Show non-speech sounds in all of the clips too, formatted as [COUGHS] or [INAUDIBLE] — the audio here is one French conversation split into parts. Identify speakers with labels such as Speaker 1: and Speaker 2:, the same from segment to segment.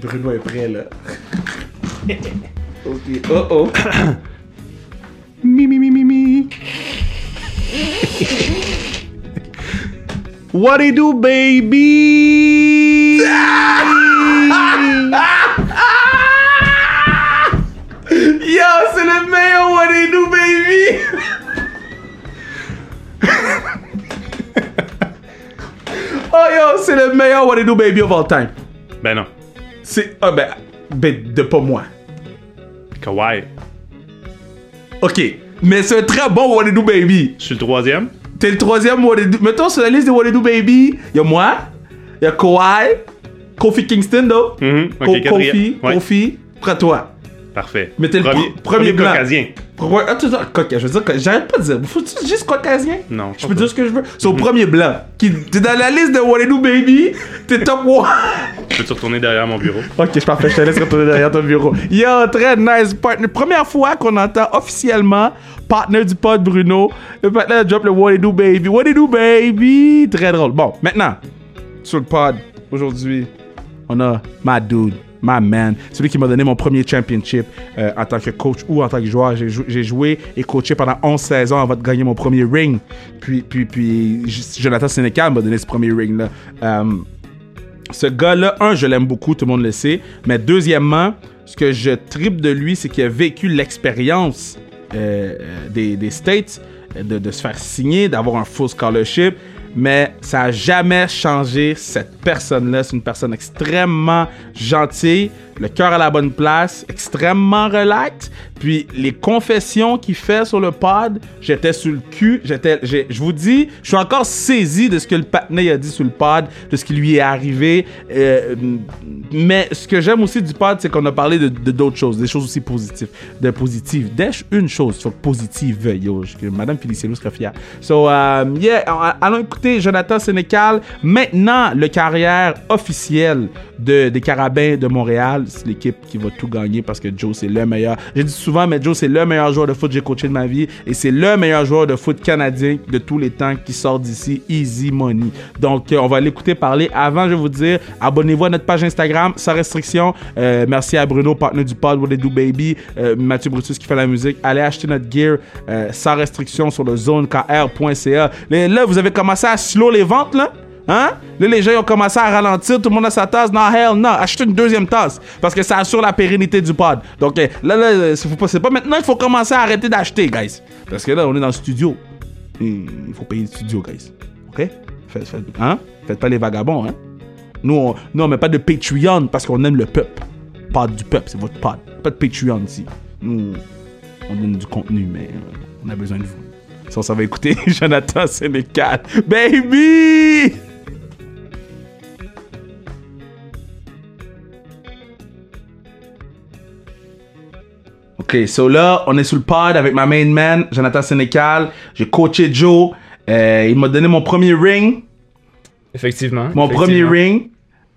Speaker 1: Bruno est prêt,
Speaker 2: [LAUGHS]
Speaker 1: là. ok. Oh oh.
Speaker 2: [COUGHS] Mi, mi, mi, mi,
Speaker 1: [LAUGHS]
Speaker 2: mi. What it do, baby?
Speaker 1: [LAUGHS] Yo, c'est le meilleur What It Do Baby! [LAUGHS] oh yo, c'est le meilleur What It Do Baby of all time.
Speaker 2: Ben non.
Speaker 1: C'est. Ah ben. Ben, de pas moi.
Speaker 2: Kawhi.
Speaker 1: Ok. Mais c'est un très bon What It Do Baby.
Speaker 2: Je suis le troisième.
Speaker 1: T'es le troisième What It Do. Mettons sur la liste des What It Do Baby, y'a moi, y'a Kawhi, Kofi Kingston, though.
Speaker 2: Mhm. Ok,
Speaker 1: Mm-hmm. Ko-
Speaker 2: quatrième.
Speaker 1: Kofi,
Speaker 2: Ouais.
Speaker 1: Kofi, prends-toi.
Speaker 2: Parfait.
Speaker 1: Mais t'es le
Speaker 2: premier,
Speaker 1: pr- premier blanc.
Speaker 2: caucasien.
Speaker 1: Ouais, ah, attends, attends, coquin, je veux dire, que- j'arrête pas de dire. Faut juste caucasien?
Speaker 2: Non,
Speaker 1: Je
Speaker 2: pas
Speaker 1: peux
Speaker 2: ça. Mhm.
Speaker 1: dire ce que je veux. C'est au premier blanc. Qui, t'es dans la liste de Walidou Baby. T'es top 1.
Speaker 2: Peux-tu retourner derrière mon bureau?
Speaker 1: ok, je parfait. Je te laisse retourner derrière ton bureau. Yo, très nice partner. Première fois qu'on entend officiellement partner du pod Bruno. Le partner drop le Walidou Baby. Walidou Baby. Très drôle. Bon, maintenant, sur le pod, aujourd'hui, on a ma dude. My man, celui qui m'a donné mon premier championship euh, en tant que coach ou en tant que joueur. J'ai jou- j'ai joué et coaché pendant 11 saisons avant de gagner mon premier ring. Puis, puis, puis J- Jonathan Sénécal m'a donné ce premier ring-là. Euh, ce gars-là, un, je l'aime beaucoup, tout le monde le sait. Mais deuxièmement, ce que je tripe de lui, c'est qu'il a vécu l'expérience euh, euh, des, des States, euh, de, de se faire signer, d'avoir un full scholarship. Mais ça n'a jamais changé cette personne-là. C'est une personne extrêmement gentille, le cœur à la bonne place, extrêmement relax. Puis les confessions qu'il fait sur le pod, j'étais sur le cul. J'étais, j'ai- je vous dis, je suis encore saisi de ce que le Patney a dit sur le pod, de ce qui lui est arrivé. Euh, mais ce que j'aime aussi du pod, c'est qu'on a parlé de, de- d'autres choses, des choses aussi positives. De positives. Dèche une chose, faut que positive, yo. je- que Madame Feliciano serait fière. So, euh, yeah, a- allons écouter Jonathan Sénécal. Maintenant, le carrière officielle de, des Carabins de Montréal. C'est l'équipe qui va tout gagner parce que Joe, c'est le meilleur. J'ai dit souvent, mais Joe, c'est le meilleur joueur de foot que j'ai coaché de ma vie. Et c'est le meilleur joueur de foot canadien de tous les temps qui sort d'ici. Easy money. Donc, euh, on va l'écouter parler. Avant, je vais vous dire, abonnez-vous à notre page Instagram, sans restriction. Euh, merci à Bruno, partenaire du pod, What They Do Baby, euh, Mathieu Brutus qui fait la musique. Allez acheter notre gear euh, sans restriction sur le zonekr.ca. Là, là, vous avez commencé à slow les ventes, là? Hein? Là, les gens ils ont commencé à ralentir, tout le monde a sa tasse. Non, hell non, achetez une deuxième tasse parce que ça assure la pérennité du pod. Donc euh, là, là, euh, c'est faut- c'est pas maintenant qu'il faut commencer à arrêter d'acheter, guys. Parce que là, on est dans le studio. Hmm, Il faut payer le studio, guys. OK? Faites, faites- hein? Faites pas les vagabonds, hein? Nous, on, nous, on met pas de Patreon parce qu'on aime le peuple. Pod du peuple, c'est votre pod. Pas de Patreon ici. Nous, on donne du contenu, mais euh, on a besoin de vous. Ça, ça va écouter [LAUGHS] Jonathan Sénécal. Baby! OK, so là, on est sur le pod avec ma main man, Jonathan Sénécal. J'ai coaché Joe. Euh, il m'a donné mon premier ring.
Speaker 3: Effectivement.
Speaker 2: hein,
Speaker 1: Mon premier
Speaker 3: effectivement.
Speaker 1: ring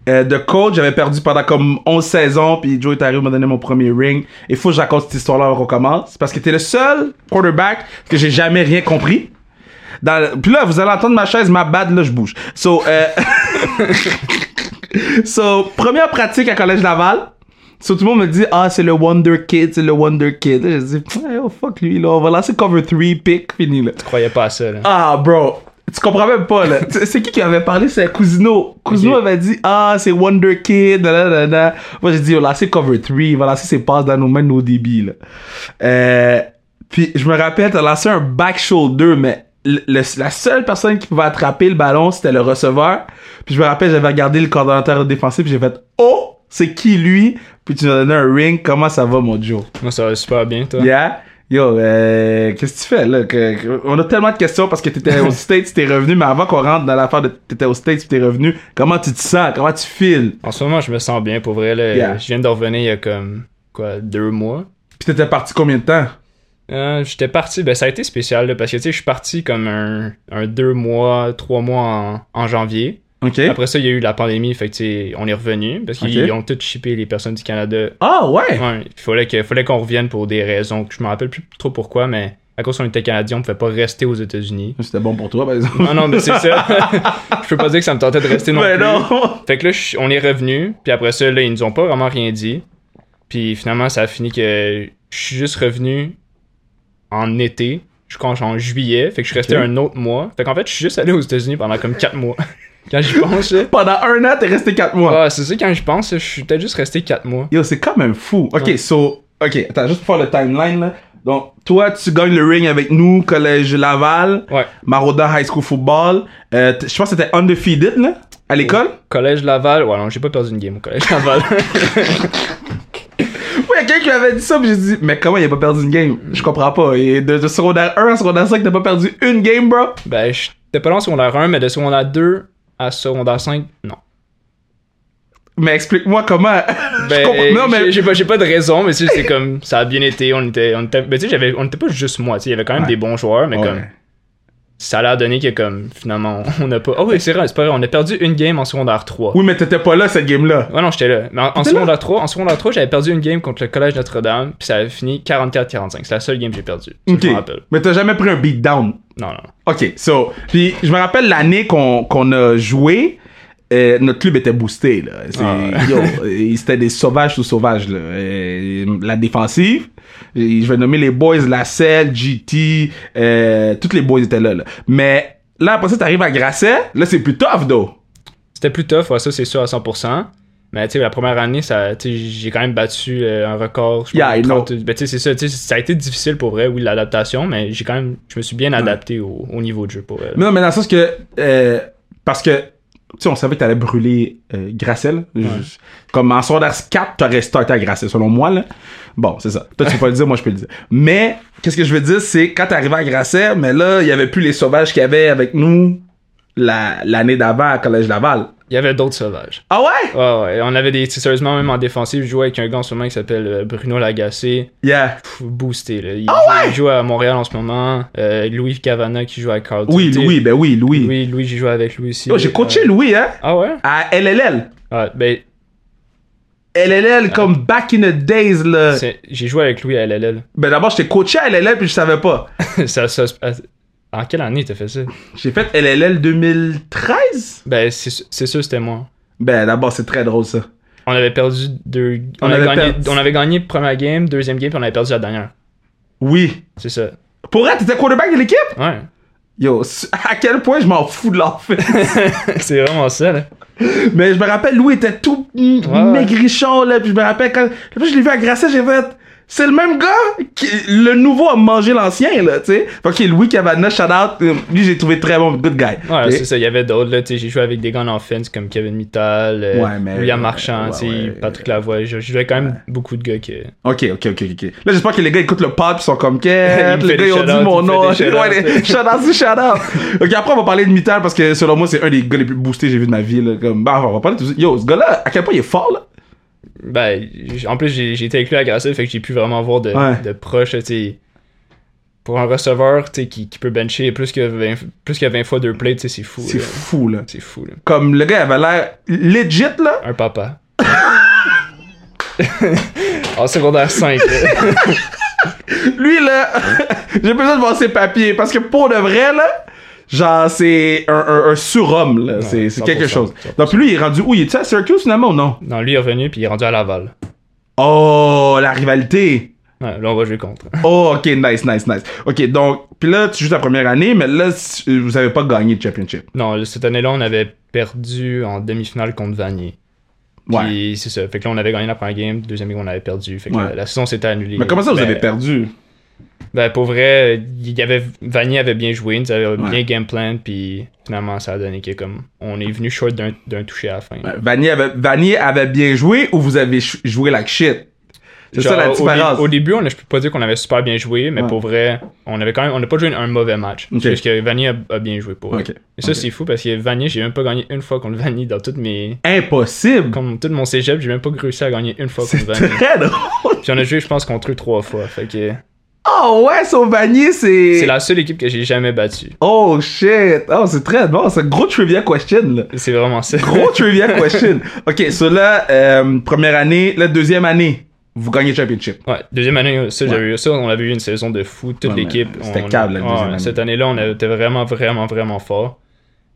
Speaker 1: euh, de coach, j'avais perdu pendant comme 11 saisons, puis Joe est arrivé, m'a donné mon premier ring. Il faut que je raconte cette histoire-là avant qu'on commence, parce que t'es le seul quarterback que j'ai jamais rien compris. Dans le- Puis là, vous allez entendre ma chaise, ma bad, là, je bouge. So, euh... [LAUGHS] so, première pratique à Collège Laval. So, tout le monde me dit, ah, c'est le Wonder Kid, c'est le Wonder Kid. Là, Je dis, Ouais, oh, fuck lui, là, on va lancer cover 3, pick, fini, là.
Speaker 3: Je croyais pas à ça. Là.
Speaker 1: Ah, bro. Tu comprends même pas,
Speaker 3: [LAUGHS]
Speaker 1: là. Tu- C'est qui qui avait parlé? C'est Cousino. Cousino
Speaker 3: Ok.
Speaker 1: avait dit, ah, c'est Wonder Kid, da, da, da, da. Moi, j'ai dit, on va lancer Cover 3, il va lancer ses passes dans nos mains, nos débits, là. Euh, puis, je me rappelle, t'as lancé un back shoulder, mais le- le- la seule personne qui pouvait attraper le ballon, c'était le receveur. Puis, je me rappelle, j'avais regardé le coordonnateur défensif, puis j'ai fait, oh, c'est qui lui? Puis, tu nous as donné un ring. Comment ça va, mon Joe?
Speaker 3: Moi, ça va super bien, toi.
Speaker 1: Yeah. Yo, euh, qu'est-ce que tu fais là? Que- que- on a tellement de questions parce que t'étais
Speaker 3: [LAUGHS]
Speaker 1: aux States, t'es revenu, mais avant qu'on rentre dans l'affaire de t'étais aux States, puis t'es revenu, comment tu te sens? Comment tu files?
Speaker 3: En ce moment, je me sens bien, pour vrai. Là,
Speaker 1: Yeah.
Speaker 3: Je viens de revenir il y a comme, quoi, deux mois.
Speaker 1: Puis t'étais parti combien de temps?
Speaker 3: Euh, J'étais parti, ben ça a été spécial, là, parce que tu sais, je suis parti comme un, un deux mois, trois mois en, en janvier.
Speaker 1: Ok.
Speaker 3: Après ça, il y a eu la pandémie, fait que tu sais, on est revenu, parce qu'ils
Speaker 1: Ok.
Speaker 3: ont tous chippé les personnes du Canada
Speaker 1: Ah ouais!
Speaker 3: Ouais, il fallait que fallait qu'on revienne pour des raisons que je me rappelle plus trop pourquoi, mais à cause qu'on était Canadien, on ne pouvait pas rester aux États-Unis.
Speaker 1: C'était bon pour toi, par exemple.
Speaker 3: Non, non, mais c'est ça. [LAUGHS] je peux pas dire que ça me tentait de rester non
Speaker 1: Mais
Speaker 3: plus.
Speaker 1: Ben non! [LAUGHS]
Speaker 3: Fait que là, je- on est revenu, puis après ça, là, ils nous ont pas vraiment rien dit. Puis finalement, ça a fini que je suis juste revenu en été. Je suis en juillet, fait que je suis resté
Speaker 1: Ok.
Speaker 3: un autre mois. Fait qu'en fait, je suis juste allé aux États-Unis pendant comme 4 mois. [LAUGHS] quand j'y pense, là.
Speaker 1: Pendant un an, t'es resté 4 mois.
Speaker 3: Ah, c'est ça, quand j'y pense, je suis peut-être juste resté 4 mois.
Speaker 1: Yo, c'est quand même fou. Ok,
Speaker 3: Ouais.
Speaker 1: so, ok, attends, juste pour faire le timeline, là. Donc, toi, tu gagnes le ring avec nous, Collège Laval,
Speaker 3: Ouais.
Speaker 1: Maroda High School Football. Euh, t- je pense que t'étais undefeated, là, à l'école.
Speaker 3: Collège Laval, ouais, non, j'ai pas perdu une game au Collège Laval. [LAUGHS]
Speaker 1: Ouais, quelqu'un qui m'avait dit ça, puis j'ai dit, mais comment il a pas perdu une game? Je comprends pas. Et de, de secondaire 1 à secondaire 5, t'as pas perdu une game, bro?
Speaker 3: ben, j'étais pas là en secondaire 1, mais de secondaire 2 à secondaire 5, non.
Speaker 1: Mais explique-moi comment. [LAUGHS]
Speaker 3: Ben,
Speaker 1: je comprends. Non,
Speaker 3: j'ai-
Speaker 1: mais.
Speaker 3: j'ai pas, j'ai pas de raison, mais tu sais, c'est comme ça a bien été. On était, on était, ben, tu sais, j'avais- on était pas juste moi, tu sais, il y avait quand même
Speaker 1: Ouais.
Speaker 3: des bons joueurs, mais
Speaker 1: Ouais.
Speaker 3: comme ça a l'air donné que comme finalement [LAUGHS] on n'a pas. Oh oui, c'est vrai, c'est pas vrai, on a perdu une game en secondaire 3.
Speaker 1: Oui, mais t'étais pas là, cette game-là.
Speaker 3: Ouais, non, j'étais là. Mais en, en
Speaker 1: T'étais
Speaker 3: secondaire 3, en secondaire 3, j'avais perdu une game contre le Collège Notre-Dame, puis ça avait fini 44-45. C'est la seule game que j'ai perdue. ça,
Speaker 1: Ok.
Speaker 3: Je me rappelle.
Speaker 1: Mais t'as jamais pris un beatdown.
Speaker 3: Non, non.
Speaker 1: OK, so, puis je me rappelle l'année qu'on qu'on a joué, euh, notre club était boosté, là. C'est-
Speaker 3: Ah ouais.
Speaker 1: yo, euh, C'était des sauvages sous sauvages, là. Euh, la défensive, et je vais nommer les boys, Lacelle, GT, euh, toutes les boys étaient là, là. Mais là, après ça, t'arrives à Grasset, là, c'est plus tough, though.
Speaker 3: C'était plus tough, ouais, ça c'est sûr à 100%. Mais tu sais, la première année, ça, tu sais, j'ai quand même battu euh, un record. je
Speaker 1: Yeah, I
Speaker 3: pense,
Speaker 1: know.
Speaker 3: 30 ben, tu sais, c'est ça, tu sais, ça a été difficile pour vrai, oui, l'adaptation, mais j'ai quand même, je me suis bien adapté au, au niveau de jeu pour vrai. là.
Speaker 1: Mais non, mais dans le sens que, euh, parce que, tu sais, on savait que t'allais brûler euh, Gracel. Je- Comme en secondaire 4, t'aurais starté à Gracel, selon moi, là. Bon, c'est ça. Toi, tu peux pas le dire, moi, je peux le dire. Mais, qu'est-ce que je veux dire, c'est quand t'arrivais à Gracel, mais là, il y avait plus les sauvages qu'il y avait avec nous la- l'année d'avant à Collège Laval.
Speaker 3: Il y avait d'autres sauvages.
Speaker 1: Ah ouais?
Speaker 3: Ouais, ouais, on avait des, tu sais, sérieusement, même en défensive, je jouais avec un gars en ce moment qui s'appelle euh, Bruno Lagacé,
Speaker 1: Yeah.
Speaker 3: Pff, boosté, là. Il,
Speaker 1: Ah
Speaker 3: joue, il joue à Montréal en ce moment, Euh, Louis Cavana qui joue à Carlton.
Speaker 1: Oui,
Speaker 3: tu sais.
Speaker 1: Louis, ben oui, Louis.
Speaker 3: Louis, Louis, j'ai joué avec lui aussi. euh,
Speaker 1: Yo, j'ai coaché Louis, hein?
Speaker 3: Ah ouais?
Speaker 1: À LLL.
Speaker 3: Ah, ben,
Speaker 1: LLL, comme back in the days, là.
Speaker 3: c'est- j'ai joué avec Louis à LLL.
Speaker 1: Ben d'abord, j'étais coaché à LLL, puis je savais pas.
Speaker 3: [LAUGHS] ça, ça, se- en quelle année t'as fait ça?
Speaker 1: J'ai fait LLL 2013?
Speaker 3: Ben, c'est su- c'est sûr, c'était moi.
Speaker 1: Ben d'abord, c'est très drôle ça.
Speaker 3: On avait perdu deux. On,
Speaker 1: On
Speaker 3: avait,
Speaker 1: avait
Speaker 3: gagné,
Speaker 1: perdu.
Speaker 3: on avait gagné première game, deuxième game, puis on avait perdu la dernière.
Speaker 1: Oui.
Speaker 3: C'est ça.
Speaker 1: Pour vrai, t'étais quarterback de l'équipe?
Speaker 3: Ouais. [LAUGHS]
Speaker 1: Yo, s- [LAUGHS] à quel point je m'en fous de l'enfer. [LAUGHS]
Speaker 3: c'est vraiment ça, là.
Speaker 1: Mais je me rappelle, Louis était tout mm,
Speaker 3: Ouais, ouais.
Speaker 1: maigrichon, là. Puis je me rappelle, quand après, je l'ai vu à Grasset, j'ai fait... C'est le même gars qui... Le nouveau a mangé l'ancien, là, tu sais. Fait que Louis Cavana, shout-out. euh, Lui, j'ai trouvé très bon. Good guy.
Speaker 3: Ouais,
Speaker 1: Ok?
Speaker 3: c'est ça. Il y avait d'autres, là. tu sais, J'ai joué avec des gars en offense comme Kevin Mittal, euh,
Speaker 1: Ouais, mais-
Speaker 3: William
Speaker 1: ouais,
Speaker 3: Marchand, tu sais,
Speaker 1: ouais.
Speaker 3: Patrick Lavoie. Je je jouais quand même beaucoup de gars que.
Speaker 1: Ok, ok, ok, ok. Là, j'espère que les gars écoutent le pod pis sont comme quête.
Speaker 3: [LAUGHS] Il me
Speaker 1: les gars,
Speaker 3: fait des
Speaker 1: ils ont dit
Speaker 3: shout-outs,
Speaker 1: mon
Speaker 3: il me
Speaker 1: nom. Ouais,
Speaker 3: fait des
Speaker 1: les- [LAUGHS] Shout out, c'est shout out. Ok, après, on va parler de Mittal parce que selon moi, c'est un des gars les plus boostés que j'ai vu de ma vie. Là. Comme, bah, on va parler de tout ça. Yo, ce gars-là, à quel point il est fort, là?
Speaker 3: Ben, j- en plus, j'ai j'ai été avec lui à Grasset, fait que j'ai pu vraiment voir de,
Speaker 1: Ouais.
Speaker 3: de proche, tu sais. Pour un receveur, tu sais, qui, qui peut bencher plus que 20, plus que 20 fois deux plays, tu sais, c'est fou.
Speaker 1: C'est
Speaker 3: là.
Speaker 1: fou, là.
Speaker 3: C'est fou, là.
Speaker 1: Comme, le gars avait l'air legit, là.
Speaker 3: Un papa. [LAUGHS] en secondaire 5. là.
Speaker 1: Lui, là, [LAUGHS] j'ai besoin de voir ses papiers parce que pour de vrai, là, genre, c'est un, un, un surhomme, là. c'est c'est quelque
Speaker 3: 100%,
Speaker 1: chose. Donc, lui, il est rendu où? Il est-tu à Syracuse, finalement, ou non?
Speaker 3: non, lui est revenu puis il est rendu à Laval.
Speaker 1: Oh, la rivalité.
Speaker 3: Ouais, là, on va jouer contre.
Speaker 1: Oh, ok, nice, nice, nice. Ok, donc, puis là, tu joues ta première année, mais là, c- euh, vous avez pas gagné le championship.
Speaker 3: Non, là, cette année-là, on avait perdu en demi-finale contre Vanier. Puis
Speaker 1: Ouais.
Speaker 3: c'est ça. Fait que là, on avait gagné la première game, deuxième game, on avait perdu. Fait que
Speaker 1: Ouais.
Speaker 3: la, la saison s'était annulée.
Speaker 1: mais comment ça, vous
Speaker 3: Ben,
Speaker 1: avez perdu?
Speaker 3: Ben, pour vrai, il y avait, Vanier avait bien joué, nous avait
Speaker 1: Ouais.
Speaker 3: bien game plan, puis finalement, ça a donné que comme on est venu short d'un d'un toucher à la fin.
Speaker 1: Ouais, Vanier avait, Vanier avait bien joué ou vous avez ch- joué like shit? C'est
Speaker 3: Genre,
Speaker 1: ça la
Speaker 3: au dé-
Speaker 1: différence.
Speaker 3: Au, début, on a- je peux pas dire qu'on avait super bien joué, mais
Speaker 1: Ouais.
Speaker 3: pour vrai, on avait quand même, on n'a pas joué un mauvais match.
Speaker 1: Ok.
Speaker 3: C'est juste que Vanier a, a bien joué pour
Speaker 1: Ok,
Speaker 3: eux. Et ça,
Speaker 1: ok.
Speaker 3: c'est fou parce que Vanier, j'ai même pas gagné une fois contre Vanier dans toutes mes.
Speaker 1: Impossible!
Speaker 3: Comme tout mon cégep, j'ai même pas réussi à gagner une fois
Speaker 1: C'est
Speaker 3: contre Vanier.
Speaker 1: très drôle!
Speaker 3: Puis on a joué, je pense, contre eux trois fois. Fait que
Speaker 1: Oh ouais, son Vanier, c'est...
Speaker 3: c'est la seule équipe que j'ai jamais battue.
Speaker 1: Oh shit! Oh, c'est très bon, c'est gros trivia question, là.
Speaker 3: C'est [LAUGHS] vraiment ça.
Speaker 1: Gros trivia question. Ok, so là, euh, première année, la deuxième année, vous gagnez le championship.
Speaker 3: Ouais, deuxième année, ça,
Speaker 1: Ouais.
Speaker 3: j'avais eu ça, on avait eu une saison de fou,
Speaker 1: Ouais,
Speaker 3: toute
Speaker 1: mais
Speaker 3: l'équipe.
Speaker 1: c'était
Speaker 3: on-
Speaker 1: câble, la
Speaker 3: ouais,
Speaker 1: deuxième année.
Speaker 3: Cette année-là, on était vraiment, vraiment, vraiment fort.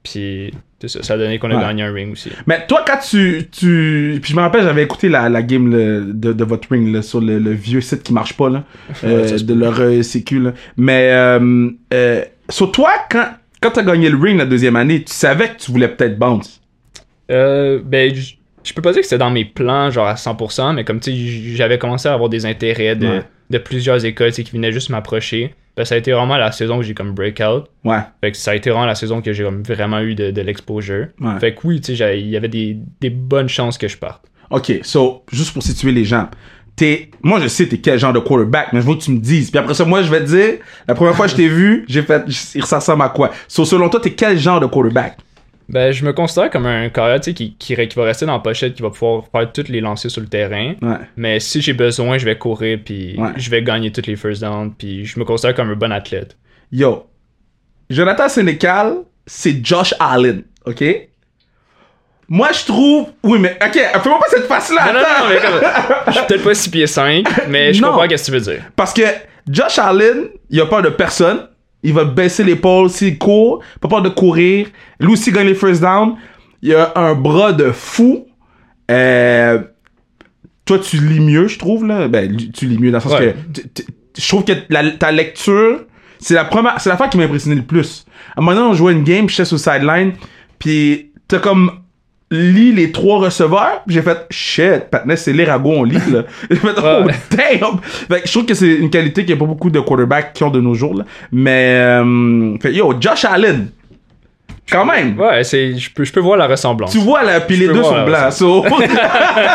Speaker 3: Puis, c'est ça, ça a donné qu'on a
Speaker 1: Ouais.
Speaker 3: gagné un ring aussi.
Speaker 1: Mais toi, quand tu. tu... Puis je me rappelle, j'avais écouté la, la game le- de, de votre ring là, sur le, le vieux site qui marche pas, là, euh,
Speaker 3: ça se
Speaker 1: de leur euh, CQ. Là. Mais euh, euh, sur toi, quand, quand tu as gagné le ring la deuxième année, tu savais que tu voulais peut-être bounce.
Speaker 3: Euh, ben, j- je peux pas dire que c'était dans mes plans, genre à 100%, mais comme tu sais, j- j'avais commencé à avoir des intérêts de,
Speaker 1: Ouais.
Speaker 3: de plusieurs écoles tu sais, qui venaient juste m'approcher. Ben, ça a été vraiment la saison où j'ai comme breakout.
Speaker 1: Ouais.
Speaker 3: Fait que ça a été vraiment la saison que j'ai comme vraiment eu de, de l'exposure.
Speaker 1: Ouais.
Speaker 3: Fait que oui, tu sais, j'avais- il y avait des, des bonnes chances que je parte.
Speaker 1: OK, so, juste pour situer les gens, t'es, moi je sais t'es quel genre de quarterback, mais je veux que tu me dises. Puis après ça, moi je vais te dire, la première fois que je t'ai vu, j'ai fait, il ressemble à quoi? So, selon toi, t'es quel genre de quarterback?
Speaker 3: Ben, je me considère comme un carrière tu sais, qui, qui, qui va rester dans la pochette, qui va pouvoir faire toutes les lancers sur le terrain.
Speaker 1: Ouais.
Speaker 3: Mais si j'ai besoin, je vais courir, puis
Speaker 1: Ouais.
Speaker 3: je vais gagner toutes les first downs, puis je me considère comme un bon athlète.
Speaker 1: Yo, Jonathan Sénécal, c'est Josh Allen, OK? Moi, je trouve... Oui, mais... OK, fais-moi pas cette face-là,
Speaker 3: Ah, Non, non,
Speaker 1: attends.
Speaker 3: non, mais comme- je suis peut-être pas 6 pieds 5, mais je
Speaker 1: Non.
Speaker 3: comprends qu'est-ce que tu veux dire.
Speaker 1: Parce que Josh Allen, il a peur de personne. Il va baisser l'épaule s'il court. Pas peur de courir. Lui aussi gagne les first down. Il a un bras de fou. Euh, toi, tu lis mieux, je trouve. Là. Ben, li- tu lis mieux dans le sens
Speaker 3: Ouais.
Speaker 1: que... t- t- Je trouve que la- ta lecture, c'est la première... C'est l'affaire qui m'a impressionné le plus. À un moment donné, on jouait une game, j'étais sur le sideline. Puis t'as comme lis les trois receveurs. Puis J'ai fait shit, Patnais, c'est les ragots, on lit là. [LAUGHS] J'ai fait oh
Speaker 3: Ouais.
Speaker 1: damn! Fait que je trouve que c'est une qualité qu'il n'y a pas beaucoup de quarterbacks qui ont de nos jours là. Mais euh, fait, yo, Josh Allen! Quand même!
Speaker 3: Ouais, c'est, je peux, je peux voir la ressemblance.
Speaker 1: Tu vois là, puis les
Speaker 3: peux
Speaker 1: deux
Speaker 3: voir,
Speaker 1: sont
Speaker 3: là,
Speaker 1: blancs.
Speaker 3: [LAUGHS]
Speaker 1: So... [LAUGHS]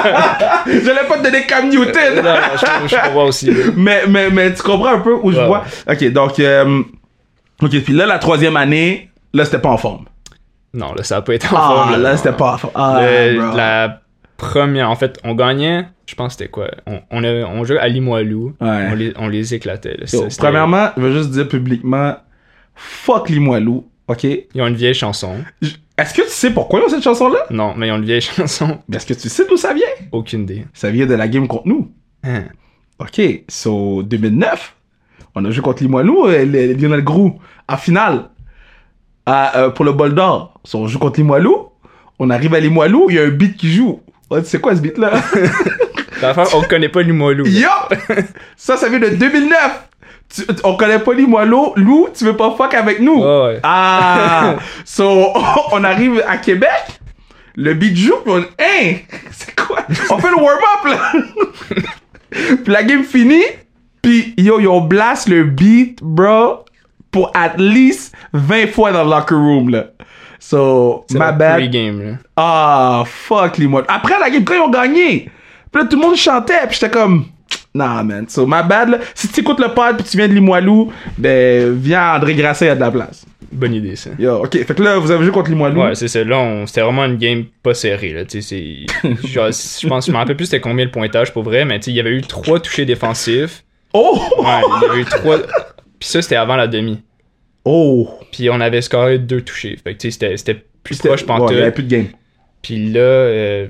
Speaker 1: J'allais pas te donner Cam Newton!
Speaker 3: Non, non, je, peux- je peux voir aussi. là.
Speaker 1: mais, mais, mais tu comprends un peu où je
Speaker 3: Ouais,
Speaker 1: vois. Ok, donc. euh, ok, puis là, la troisième année, là, c'était pas en forme.
Speaker 3: Non, là, ça a pas été en
Speaker 1: Ah,
Speaker 3: forme,
Speaker 1: là, c'était
Speaker 3: non.
Speaker 1: pas en forme. Ah,
Speaker 3: Le-
Speaker 1: bro.
Speaker 3: la première, en fait, on gagnait, je pense que c'était quoi On, on, avait- on jouait à Limoilou,
Speaker 1: Ouais.
Speaker 3: on, les, on les éclatait. là.
Speaker 1: Yo,
Speaker 3: C'était- c'était-
Speaker 1: premièrement, je veux juste dire publiquement, fuck Limoilou, ok? J-
Speaker 3: Ils ont une vieille chanson.
Speaker 1: Est-ce que tu sais pourquoi ils ont cette chanson-là?
Speaker 3: Non, mais ils ont une vieille [LAUGHS] chanson.
Speaker 1: Est-ce que tu sais d'où ça vient?
Speaker 3: Aucune idée.
Speaker 1: Ça vient de la game contre nous.
Speaker 3: Hein.
Speaker 1: Ok, so 2009, on a joué contre Limoilou et le- Lionel Grou en finale à, euh, pour le bol d'or. So, on joue contre Limoilou, on arrive à Limoilou, il y a un beat qui joue. Oh, c'est quoi ce beat-là?
Speaker 3: L'affaire, on connaît pas Limoilou. là.
Speaker 1: Yup! Ça, ça vient de 2009! Tu- on connaît pas Limoilou, Lou, tu veux pas fuck avec nous?
Speaker 3: Ouais, ouais. [LAUGHS]
Speaker 1: Ah! so, [LAUGHS] on arrive à Québec, le beat joue, puis on... Hein! C'est quoi? On fait le warm-up, là! [LAUGHS] puis la game finie, puis yo, yo, blast le beat, bro, pour at least 20 fois dans le locker room, là. So,
Speaker 3: C'est
Speaker 1: my
Speaker 3: la
Speaker 1: bad.
Speaker 3: pre-game, là.
Speaker 1: Ah, fuck les moines. Après la game, quand ils ont gagné, puis là, tout le monde chantait, puis j'étais comme, nah, man, so my bad, là. Si tu écoutes le pod puis tu viens de Limoilou, ben, viens à André Grasset, il y a de la place.
Speaker 3: Bonne idée, ça.
Speaker 1: Yo, ok, fait que là, vous avez joué contre Limoilou.
Speaker 3: Ouais, c'est ça. Là, on- c'était vraiment une game pas serrée. Là. Tu sais,
Speaker 1: [LAUGHS]
Speaker 3: c'est- genre, je pense, je me rappelle plus c'était combien le pointage pour vrai, mais tu sais, il y avait eu trois
Speaker 1: [LAUGHS]
Speaker 3: touchés défensifs.
Speaker 1: Oh!
Speaker 3: Ouais, il y avait eu trois. Puis ça, c'était avant la demi.
Speaker 1: Oh!
Speaker 3: Puis on avait scoré deux touchés. Fait que tu sais, c'était- c'était plus
Speaker 1: C'était-
Speaker 3: proche
Speaker 1: ouais,
Speaker 3: pantoute.
Speaker 1: il y avait plus de game.
Speaker 3: Puis là, euh,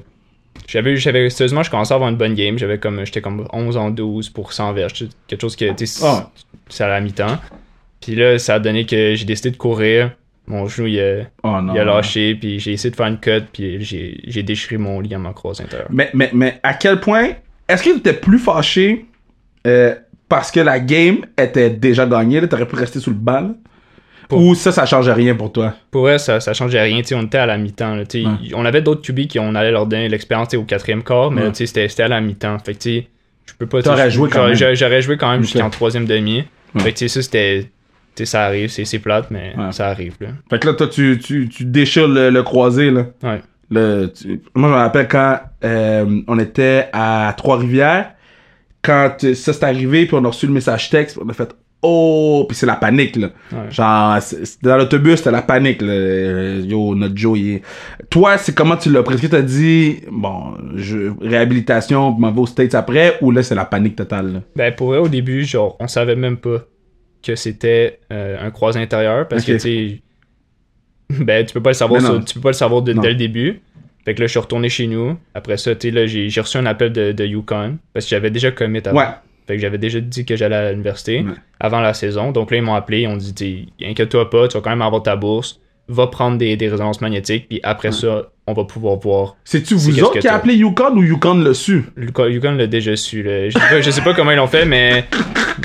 Speaker 3: j'avais, j'avais, sérieusement, je commençais à avoir une bonne game. J'avais comme, j'étais comme 11 en 12 pour 100 verges. tu sais, Quelque chose qui était
Speaker 1: Ah.
Speaker 3: c'est à la mi-temps. Puis là, ça a donné que j'ai décidé de courir. Mon genou, il a,
Speaker 1: Oh non.
Speaker 3: il a lâché. Puis j'ai essayé de faire une cut. Puis j'ai, j'ai déchiré mon ligament croisé intérieur.
Speaker 1: Mais, mais, mais, à quel point, est-ce que t'étais plus fâché, euh, parce que la game était déjà gagnée, là, t'aurais pu rester sous le banc, là?
Speaker 3: Pour-
Speaker 1: Ou ça, ça change rien pour toi?
Speaker 3: Pour vrai, ça, ça changeait rien. tu sais, on était à la mi-temps. là, tu sais.
Speaker 1: Ouais.
Speaker 3: On avait d'autres QB qui on allait leur donner l'expérience tu sais, au quatrième quart. Mais
Speaker 1: Ouais.
Speaker 3: tu sais, c'était, c'était à la mi-temps. Fait que tu sais, je peux pas. tu sais,
Speaker 1: T'aurais
Speaker 3: je-
Speaker 1: joué quand
Speaker 3: j'aurais-
Speaker 1: même.
Speaker 3: J'aurais, j'aurais joué quand même
Speaker 1: Ok.
Speaker 3: jusqu'en troisième demi.
Speaker 1: Ouais.
Speaker 3: Fait que tu sais, ça c'était. tu sais, ça arrive, c'est, c'est plate, mais
Speaker 1: Ouais.
Speaker 3: ça arrive. Là.
Speaker 1: Fait que là, toi, tu, tu, tu déchires le, le croisé, là.
Speaker 3: Ouais.
Speaker 1: Le, tu- Moi, je me rappelle quand euh, on était à Trois-Rivières, quand euh, ça s'est arrivé, puis on a reçu le message texte, puis on a fait « Oh! » Puis c'est la panique, là.
Speaker 3: Ouais.
Speaker 1: Genre, c'est- c'est- dans l'autobus, c'était la panique, là. Euh, Yo, notre Joe, il est... Toi, c'est comment tu l'as pris? Est-ce que t'as dit « Bon, je... réhabilitation, puis m'en vais aux States après », ou là, c'est la panique totale, là?
Speaker 3: Ben pour vrai, au début, genre, on savait même pas que c'était euh, un croisé intérieur parce
Speaker 1: Ok.
Speaker 3: que tu sais, [LAUGHS] ben tu peux pas le savoir,
Speaker 1: Mais
Speaker 3: sur-
Speaker 1: non.
Speaker 3: tu peux pas le savoir de-
Speaker 1: Non.
Speaker 3: dès le début. Fait que là, je suis retourné chez nous. Après ça, tu sais, là, j'ai j'ai reçu un appel de, de UConn parce que j'avais déjà commit avant.
Speaker 1: Ouais.
Speaker 3: Fait que j'avais déjà dit que j'allais à l'université
Speaker 1: Ouais.
Speaker 3: avant la saison. Donc là, ils m'ont appelé, ils ont dit, t'sais, inquiète-toi pas, tu vas quand même avoir ta bourse, va prendre des, des résonances magnétiques, puis après ça, on va pouvoir voir.
Speaker 1: C'est-tu
Speaker 3: C'est
Speaker 1: vous
Speaker 3: qu'est-ce
Speaker 1: autres
Speaker 3: que
Speaker 1: qui a
Speaker 3: t'as.
Speaker 1: appelé Yukon ou Yukon le su?
Speaker 3: Luca- Yukon l'a déjà su. là. Je, sais pas, je sais pas comment ils l'ont fait, mais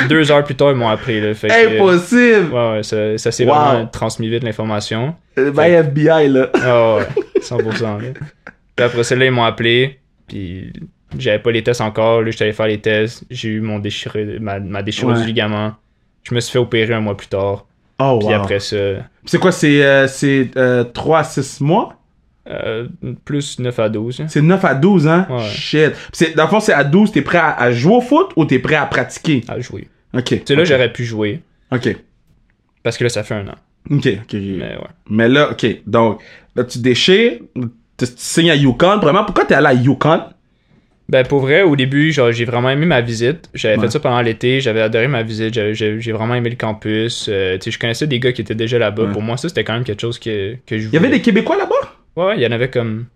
Speaker 3: deux heures plus tard, ils m'ont appelé. Là. Fait que,
Speaker 1: Impossible!
Speaker 3: ouais, ouais, ça, ça s'est
Speaker 1: Wow.
Speaker 3: vraiment transmis vite l'information.
Speaker 1: Euh, Ben FBI, là.
Speaker 3: Ah ouais, 100%. là. Puis après ça, là, ils m'ont appelé, puis j'avais pas les tests encore. Là, j'étais allé faire les tests. J'ai eu mon déchiré, ma, ma déchirure
Speaker 1: Ouais.
Speaker 3: du ligament. Je me suis fait opérer un mois plus tard.
Speaker 1: Oh,
Speaker 3: Puis
Speaker 1: wow.
Speaker 3: après ça,
Speaker 1: C'est quoi, c'est euh, c'est, euh, 3 à 6 mois?
Speaker 3: Euh, plus 9 à 12. hein.
Speaker 1: C'est 9 à 12, hein?
Speaker 3: Ouais.
Speaker 1: Shit. Puis c'est- Dans le fond, c'est à 12, t'es prêt à, à jouer au foot ou t'es prêt à pratiquer?
Speaker 3: À jouer.
Speaker 1: Ok.
Speaker 3: Tu sais, là, j'aurais pu jouer.
Speaker 1: Ok.
Speaker 3: Parce que là, ça fait un an.
Speaker 1: Ok, ok.
Speaker 3: Mais ouais.
Speaker 1: Mais là, ok. Donc, là, tu déchires, tu, tu signes à Yukon. Vraiment, pourquoi t'es allé à Yukon?
Speaker 3: Ben, pour vrai, au début, genre, j'ai vraiment aimé ma visite. J'avais
Speaker 1: Ouais.
Speaker 3: fait ça pendant l'été. J'avais adoré ma visite. J'avais- J'ai j'ai vraiment aimé le campus. Euh, tu sais, je connaissais des gars qui étaient déjà là-bas.
Speaker 1: Ouais.
Speaker 3: Pour moi, ça, c'était quand même quelque chose que, que je
Speaker 1: Il y avait
Speaker 3: voulais.
Speaker 1: des Québécois là-bas?
Speaker 3: Ouais, ouais, il y en avait comme.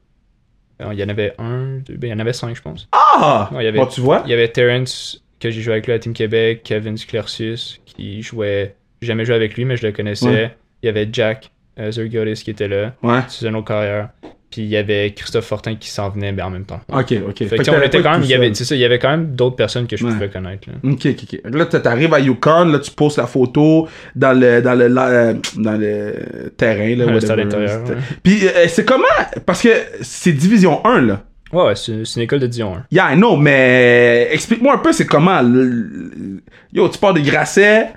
Speaker 3: Alors, Il y en avait un, deux, ben, il y en avait cinq, je pense.
Speaker 1: Ah!
Speaker 3: Ouais, il y avait-
Speaker 1: Bon, tu vois?
Speaker 3: Il y avait Terrence, que j'ai joué avec lui à Team Québec. Kevin Sclercius, qui jouait. J'ai jamais joué avec lui, mais je le connaissais.
Speaker 1: Ouais.
Speaker 3: Il y avait Jack euh, Zergiotis qui était là.
Speaker 1: Ouais.
Speaker 3: C'est une autre carrière. Puis il y avait Christophe Fortin qui s'en venait ben, en même temps.
Speaker 1: Ok, ok.
Speaker 3: Fait que, tu sais,
Speaker 1: t'allais
Speaker 3: on était
Speaker 1: pas
Speaker 3: quand même,
Speaker 1: tout
Speaker 3: il y avait,
Speaker 1: seul.
Speaker 3: c'est ça, il y avait quand même d'autres personnes que je
Speaker 1: Ouais.
Speaker 3: pouvais connaître. là.
Speaker 1: Ok, ok, ok. Là, t- t'arrives à Yukon, là, tu poses la photo dans le, dans le, la- dans le terrain, là.
Speaker 3: Dans le
Speaker 1: whatever.
Speaker 3: stade intérieur,
Speaker 1: C'était-
Speaker 3: ouais.
Speaker 1: Puis, euh, c'est comment? Parce que c'est Division 1, là.
Speaker 3: Ouais, ouais, c'est, c'est une école de hein. Dion 1.
Speaker 1: Yeah, I know, mais explique-moi un peu, c'est comment. le- Yo, tu pars de Grasset,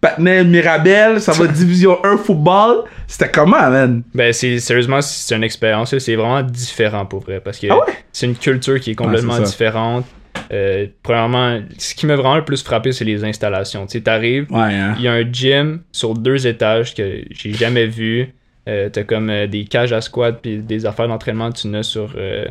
Speaker 1: Patnais, Mirabel,
Speaker 3: [LAUGHS]
Speaker 1: ça va Division 1 football. C'était comment, man?
Speaker 3: Ben, c'est, sérieusement, c'est une expérience, là, c'est vraiment différent pour vrai. Parce que
Speaker 1: Ah ouais?
Speaker 3: c'est une culture qui est complètement
Speaker 1: Ouais, c'est ça.
Speaker 3: différente. Euh, premièrement, ce qui m'a vraiment le plus frappé, c'est les installations. Tu sais, t'arrives,
Speaker 1: Ouais, hein.
Speaker 3: il y a un gym sur deux étages que j'ai jamais vu. Euh, t'as comme euh, des cages à squat puis des affaires d'entraînement tu n'as sur. Euh,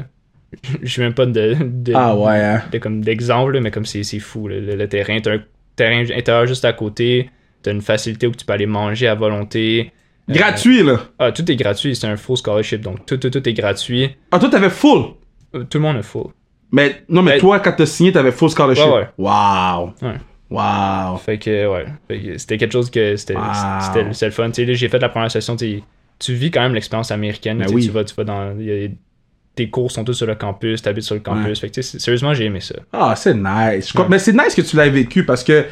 Speaker 3: [LAUGHS] je sais même pas de, de-
Speaker 1: Ah ouais, hein.
Speaker 3: de- comme d'exemple, là, mais comme c'est c'est fou. là. Le, le terrain, t'as un terrain intérieur juste à côté. T'as une facilité où tu peux aller manger à volonté. Euh,
Speaker 1: Gratuit, là.
Speaker 3: Ah, tout est gratuit. C'est un full scholarship, donc tout, tout, tout est gratuit.
Speaker 1: Ah, toi, t'avais full.
Speaker 3: Euh, Tout le monde est full.
Speaker 1: Mais, non, mais
Speaker 3: Ben-
Speaker 1: toi, quand t'as signé, t'avais full scholarship.
Speaker 3: Ouais, ouais.
Speaker 1: Wow.
Speaker 3: Ouais.
Speaker 1: Wow.
Speaker 3: Fait que, ouais. Fait que c'était quelque chose que c'était
Speaker 1: Wow.
Speaker 3: c'était- c'était le fun. Tu sais, là, j'ai fait la première session. tu sais, Tu vis quand même l'expérience américaine.
Speaker 1: Ben
Speaker 3: tu sais,
Speaker 1: oui.
Speaker 3: Tu vas, tu vas dans. il y a- tes cours sont tous sur le campus, t'habites sur le campus. Fait que, tu sais, c'est- sérieusement, j'ai aimé ça.
Speaker 1: Ah, c'est nice. Je com- Mais c'est nice que tu l'aies vécu parce que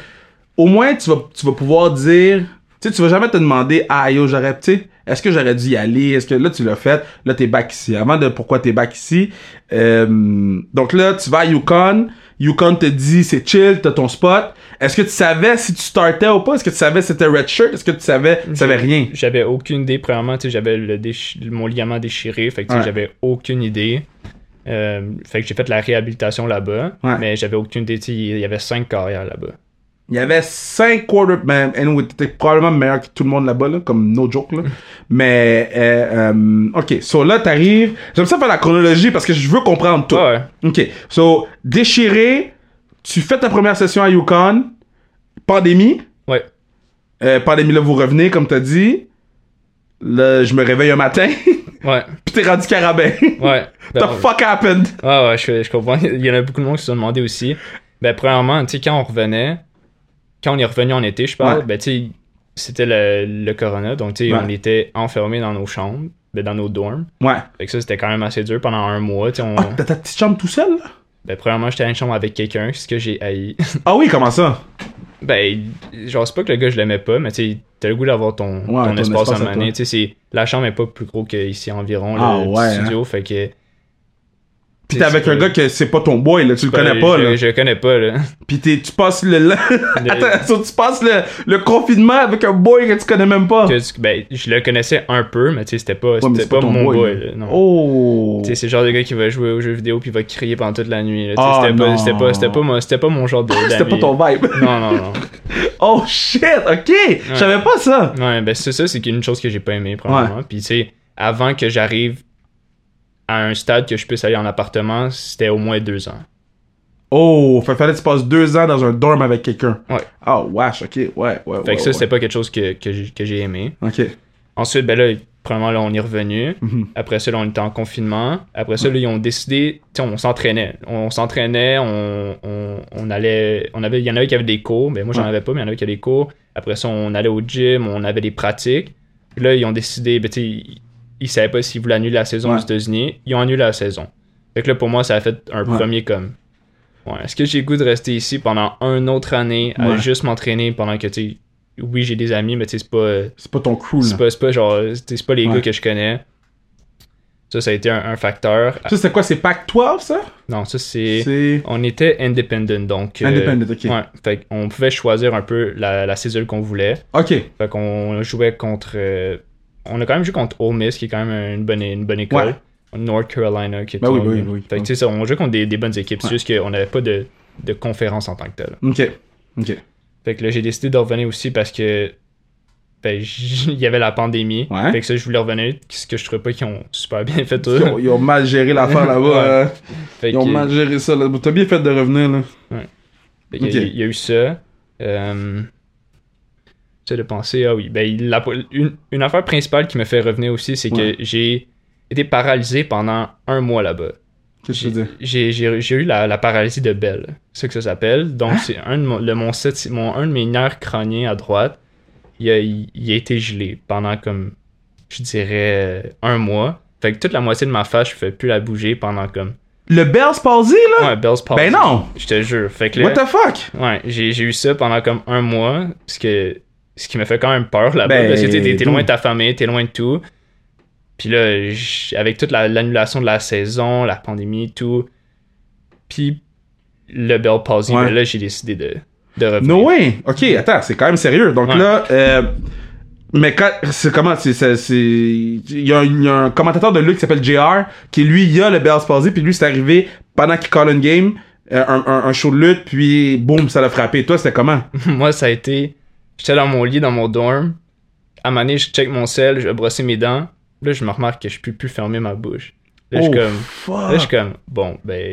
Speaker 1: au moins tu vas, tu vas pouvoir dire. Tu sais, tu vas jamais te demander Ah yo, j'aurais. Tu sais, est-ce que j'aurais dû y aller? Est-ce que là tu l'as fait? Là, t'es back ici. Avant de pourquoi t'es back ici. euh, donc là, tu vas à Yukon. Yukon te dit c'est chill, t'as ton spot. Est-ce que tu savais si tu startais ou pas? Est-ce que tu savais si c'était red shirt? Est-ce que tu savais? Tu savais rien.
Speaker 3: J'avais aucune idée, premièrement, tu sais, j'avais le déchi- mon ligament déchiré, fait que tu sais,
Speaker 1: Ouais.
Speaker 3: j'avais aucune idée. Euh, fait que j'ai fait la réhabilitation là-bas,
Speaker 1: Ouais.
Speaker 3: mais j'avais aucune idée, tu sais, il y avait cinq carrières là-bas.
Speaker 1: Il y avait 5 quarterbacks, mais anyway, t'étais probablement meilleur que tout le monde là-bas, là, comme no joke.
Speaker 3: [LAUGHS]
Speaker 1: Là. mais, euh, euh, ok, so là, t'arrives. J'aime ça faire la chronologie parce que je veux comprendre tout.
Speaker 3: Ouais, ouais.
Speaker 1: Ok, so, déchiré, tu fais ta première session à Yukon, pandémie,
Speaker 3: Ouais.
Speaker 1: euh, pandémie là, vous revenez, comme t'as dit. Là, je me réveille un matin, [LAUGHS] puis
Speaker 3: Ouais.
Speaker 1: t'es rendu carabin. [LAUGHS]
Speaker 3: Ouais. Ben,
Speaker 1: The fuck happened?
Speaker 3: Ouais, ouais, je, je comprends. Il y en a beaucoup de monde qui se sont demandé aussi. Ben, premièrement, tu sais, quand on revenait, quand on est revenu en été, je parle,
Speaker 1: Ouais.
Speaker 3: ben, tu sais, c'était le, le corona, donc, tu sais,
Speaker 1: Ouais.
Speaker 3: on était enfermés dans nos chambres, ben, dans nos dorms.
Speaker 1: Ouais.
Speaker 3: Fait que ça, c'était quand même assez dur pendant un mois, tu sais. on-
Speaker 1: Ah, t'as ta petite chambre tout seul? là?
Speaker 3: Ben, premièrement, j'étais à une chambre avec quelqu'un, c'est ce que j'ai haï. [LAUGHS]
Speaker 1: Ah oui, comment ça?
Speaker 3: ben, genre, c'est pas que le gars, je l'aimais pas, mais tu sais, t'as le goût d'avoir ton, ton,
Speaker 1: ton
Speaker 3: espace
Speaker 1: espace à
Speaker 3: à
Speaker 1: toi.
Speaker 3: maner. Tu sais, c'est- la chambre est pas plus gros qu'ici environ,
Speaker 1: Ah,
Speaker 3: le petit
Speaker 1: ouais,
Speaker 3: studio, fait que.
Speaker 1: Pis t'es avec un gars que c'est pas ton boy, là, tu le connais
Speaker 3: Ben,
Speaker 1: pas,
Speaker 3: je-
Speaker 1: là.
Speaker 3: Je le connais
Speaker 1: [LAUGHS]
Speaker 3: pas, là.
Speaker 1: Pis t'es- tu passes le
Speaker 3: [LAUGHS]
Speaker 1: Attends, so tu passes le, le confinement avec un boy que tu connais même pas.
Speaker 3: que tu- ben, je le connaissais un peu, mais tu sais, c'était pas,
Speaker 1: mais
Speaker 3: c'était
Speaker 1: c'est pas
Speaker 3: pas,
Speaker 1: ton
Speaker 3: mon
Speaker 1: boy,
Speaker 3: boy.
Speaker 1: là.
Speaker 3: là, non.
Speaker 1: Oh.
Speaker 3: Tu sais, c'est le genre de gars qui va jouer aux jeux vidéo puis va crier pendant toute la nuit. là. Tu sais,
Speaker 1: Ah,
Speaker 3: c'était,
Speaker 1: non.
Speaker 3: pas, c'était, pas, c'était, pas, mon- c'était pas mon genre de.
Speaker 1: [LAUGHS] Ah, C'était pas
Speaker 3: d'ami.
Speaker 1: ton vibe.
Speaker 3: Non, non, non.
Speaker 1: Oh shit, ok. Je savais pas ça.
Speaker 3: Ouais, ben c'est ça, c'est une chose que j'ai pas aimé, probablement. Puis tu sais, avant que j'arrive à un stade que je puisse aller en appartement, c'était au moins deux ans.
Speaker 1: Oh, fait fallait que tu passes deux ans dans un dorm avec quelqu'un.
Speaker 3: Ouais.
Speaker 1: Oh, wesh, ok, ouais, ouais,
Speaker 3: Fait
Speaker 1: ouais,
Speaker 3: que ça,
Speaker 1: ouais.
Speaker 3: c'était pas quelque chose que, que j'ai, que j'ai aimé.
Speaker 1: Ok.
Speaker 3: Ensuite, ben là, Premièrement, là, on est revenu.
Speaker 1: Mhm.
Speaker 3: Après ça, là, on était en confinement. Après ça, là, ils ont décidé, tu sais, on s'entraînait. On s'entraînait, on, on, on allait, on avait, il y en avait qui avaient des cours, mais moi, j'en
Speaker 1: Ouais.
Speaker 3: avais pas, mais il y en avait qui avaient des cours. Après ça, on allait au gym, on avait des pratiques. Puis là, ils ont décidé, ben, tu sais, ils- ils savaient pas s'ils voulaient annuler la saison
Speaker 1: Ouais.
Speaker 3: aux États-Unis. Ils ont annulé la saison. Fait que là, pour moi, ça a fait un
Speaker 1: Ouais.
Speaker 3: premier comme. Ouais, est-ce que j'ai le goût de rester ici pendant une autre année à
Speaker 1: Ouais.
Speaker 3: juste m'entraîner pendant que, tu sais, oui, j'ai des amis, mais tu sais, c'est pas. euh,
Speaker 1: C'est pas ton crew, là.
Speaker 3: c'est pas, c'est pas genre, c'est c'est pas les
Speaker 1: Ouais.
Speaker 3: gars que je connais. Ça, ça a été un, un facteur. Ah,
Speaker 1: Ça, c'est quoi? C'est Pac-12, ça?
Speaker 3: Non, ça, c'est.
Speaker 1: C'est...
Speaker 3: On était independent, donc. euh,
Speaker 1: Independent, OK.
Speaker 3: Ouais, fait on pouvait choisir un peu la, la cédule qu'on voulait.
Speaker 1: OK.
Speaker 3: Fait qu'on jouait contre. euh, on a quand même joué contre Ole Miss, qui est quand même une bonne, une bonne école.
Speaker 1: Ouais.
Speaker 3: North Carolina, qui est
Speaker 1: Ben oui,
Speaker 3: une-
Speaker 1: oui, oui, oui.
Speaker 3: Fait que, tu sais, ça, on jouait contre des, des bonnes équipes.
Speaker 1: Ouais.
Speaker 3: C'est juste qu'on n'avait pas de, de conférence en tant que telle.
Speaker 1: OK. OK.
Speaker 3: Fait que là, j'ai décidé de revenir aussi parce que ben, j- [LAUGHS] il y avait la pandémie.
Speaker 1: Ouais.
Speaker 3: Fait que ça, je voulais revenir. Ce que je trouvais pas qu'ils ont super bien fait eux.
Speaker 1: Ils ont, ils ont mal géré l'affaire là-bas. hein.
Speaker 3: Fait
Speaker 1: Ils ont
Speaker 3: que-
Speaker 1: mal géré ça. là. T'as bien fait de revenir, là.
Speaker 3: fait que
Speaker 1: ok.
Speaker 3: il, y a eu ça. Euh, J'essaie de penser, ah oui, ben, il- la- une, une affaire principale qui me fait revenir aussi, c'est
Speaker 1: Ouais.
Speaker 3: que j'ai été paralysé pendant un mois là-bas.
Speaker 1: Qu'est-ce que je veux dire?
Speaker 3: J'ai j'ai- j'ai eu la, la paralysie de Bell, c'est ce que ça s'appelle. Donc,
Speaker 1: Ah.
Speaker 3: c'est un, de mon- le, mon, septi- mon- un de mes nerfs crâniens à droite, il a, il- il a été gelé pendant comme, je dirais, un mois. Fait que toute la moitié de ma face, je fais plus la bouger pendant comme.
Speaker 1: Le Bell's Palsy, là?
Speaker 3: Ouais, Bell's palsy.
Speaker 1: Ben non!
Speaker 3: Je te jure. Fait que là,
Speaker 1: What the fuck?
Speaker 3: ouais, j'ai j'ai eu ça pendant comme un mois, parce que, ce qui me fait quand même peur là-bas.
Speaker 1: Ben,
Speaker 3: parce que t'es- t'es t'es loin de
Speaker 1: donc.
Speaker 3: ta famille, t'es loin de tout. Puis là, j- avec toute la- l'annulation de la saison, la pandémie, tout. Puis le Bell Palsy,
Speaker 1: Ouais.
Speaker 3: ben là, j'ai décidé de, de revenir.
Speaker 1: No way! OK, attends, c'est quand même sérieux. Donc
Speaker 3: Ouais.
Speaker 1: là, euh, mais quand, c'est comment, c'est, c'est, c'est- il y, a un- il y a un commentateur de lutte qui s'appelle JR, qui lui, il a le Bell's Palsy, puis lui, c'est arrivé pendant qu'il call une game, euh, un, un- un show de lutte, puis boum, ça l'a frappé. Toi, c'était comment?
Speaker 3: [LAUGHS] Moi, ça a été. J'étais dans mon lit, dans mon dorm. À un moment donné, je check mon sel, je vais brosser mes dents. Là, je me remarque que je peux plus fermer ma bouche. Là, je
Speaker 1: Oh,
Speaker 3: suis comme. Là, je suis
Speaker 1: fuck!
Speaker 3: comme, bon, ben,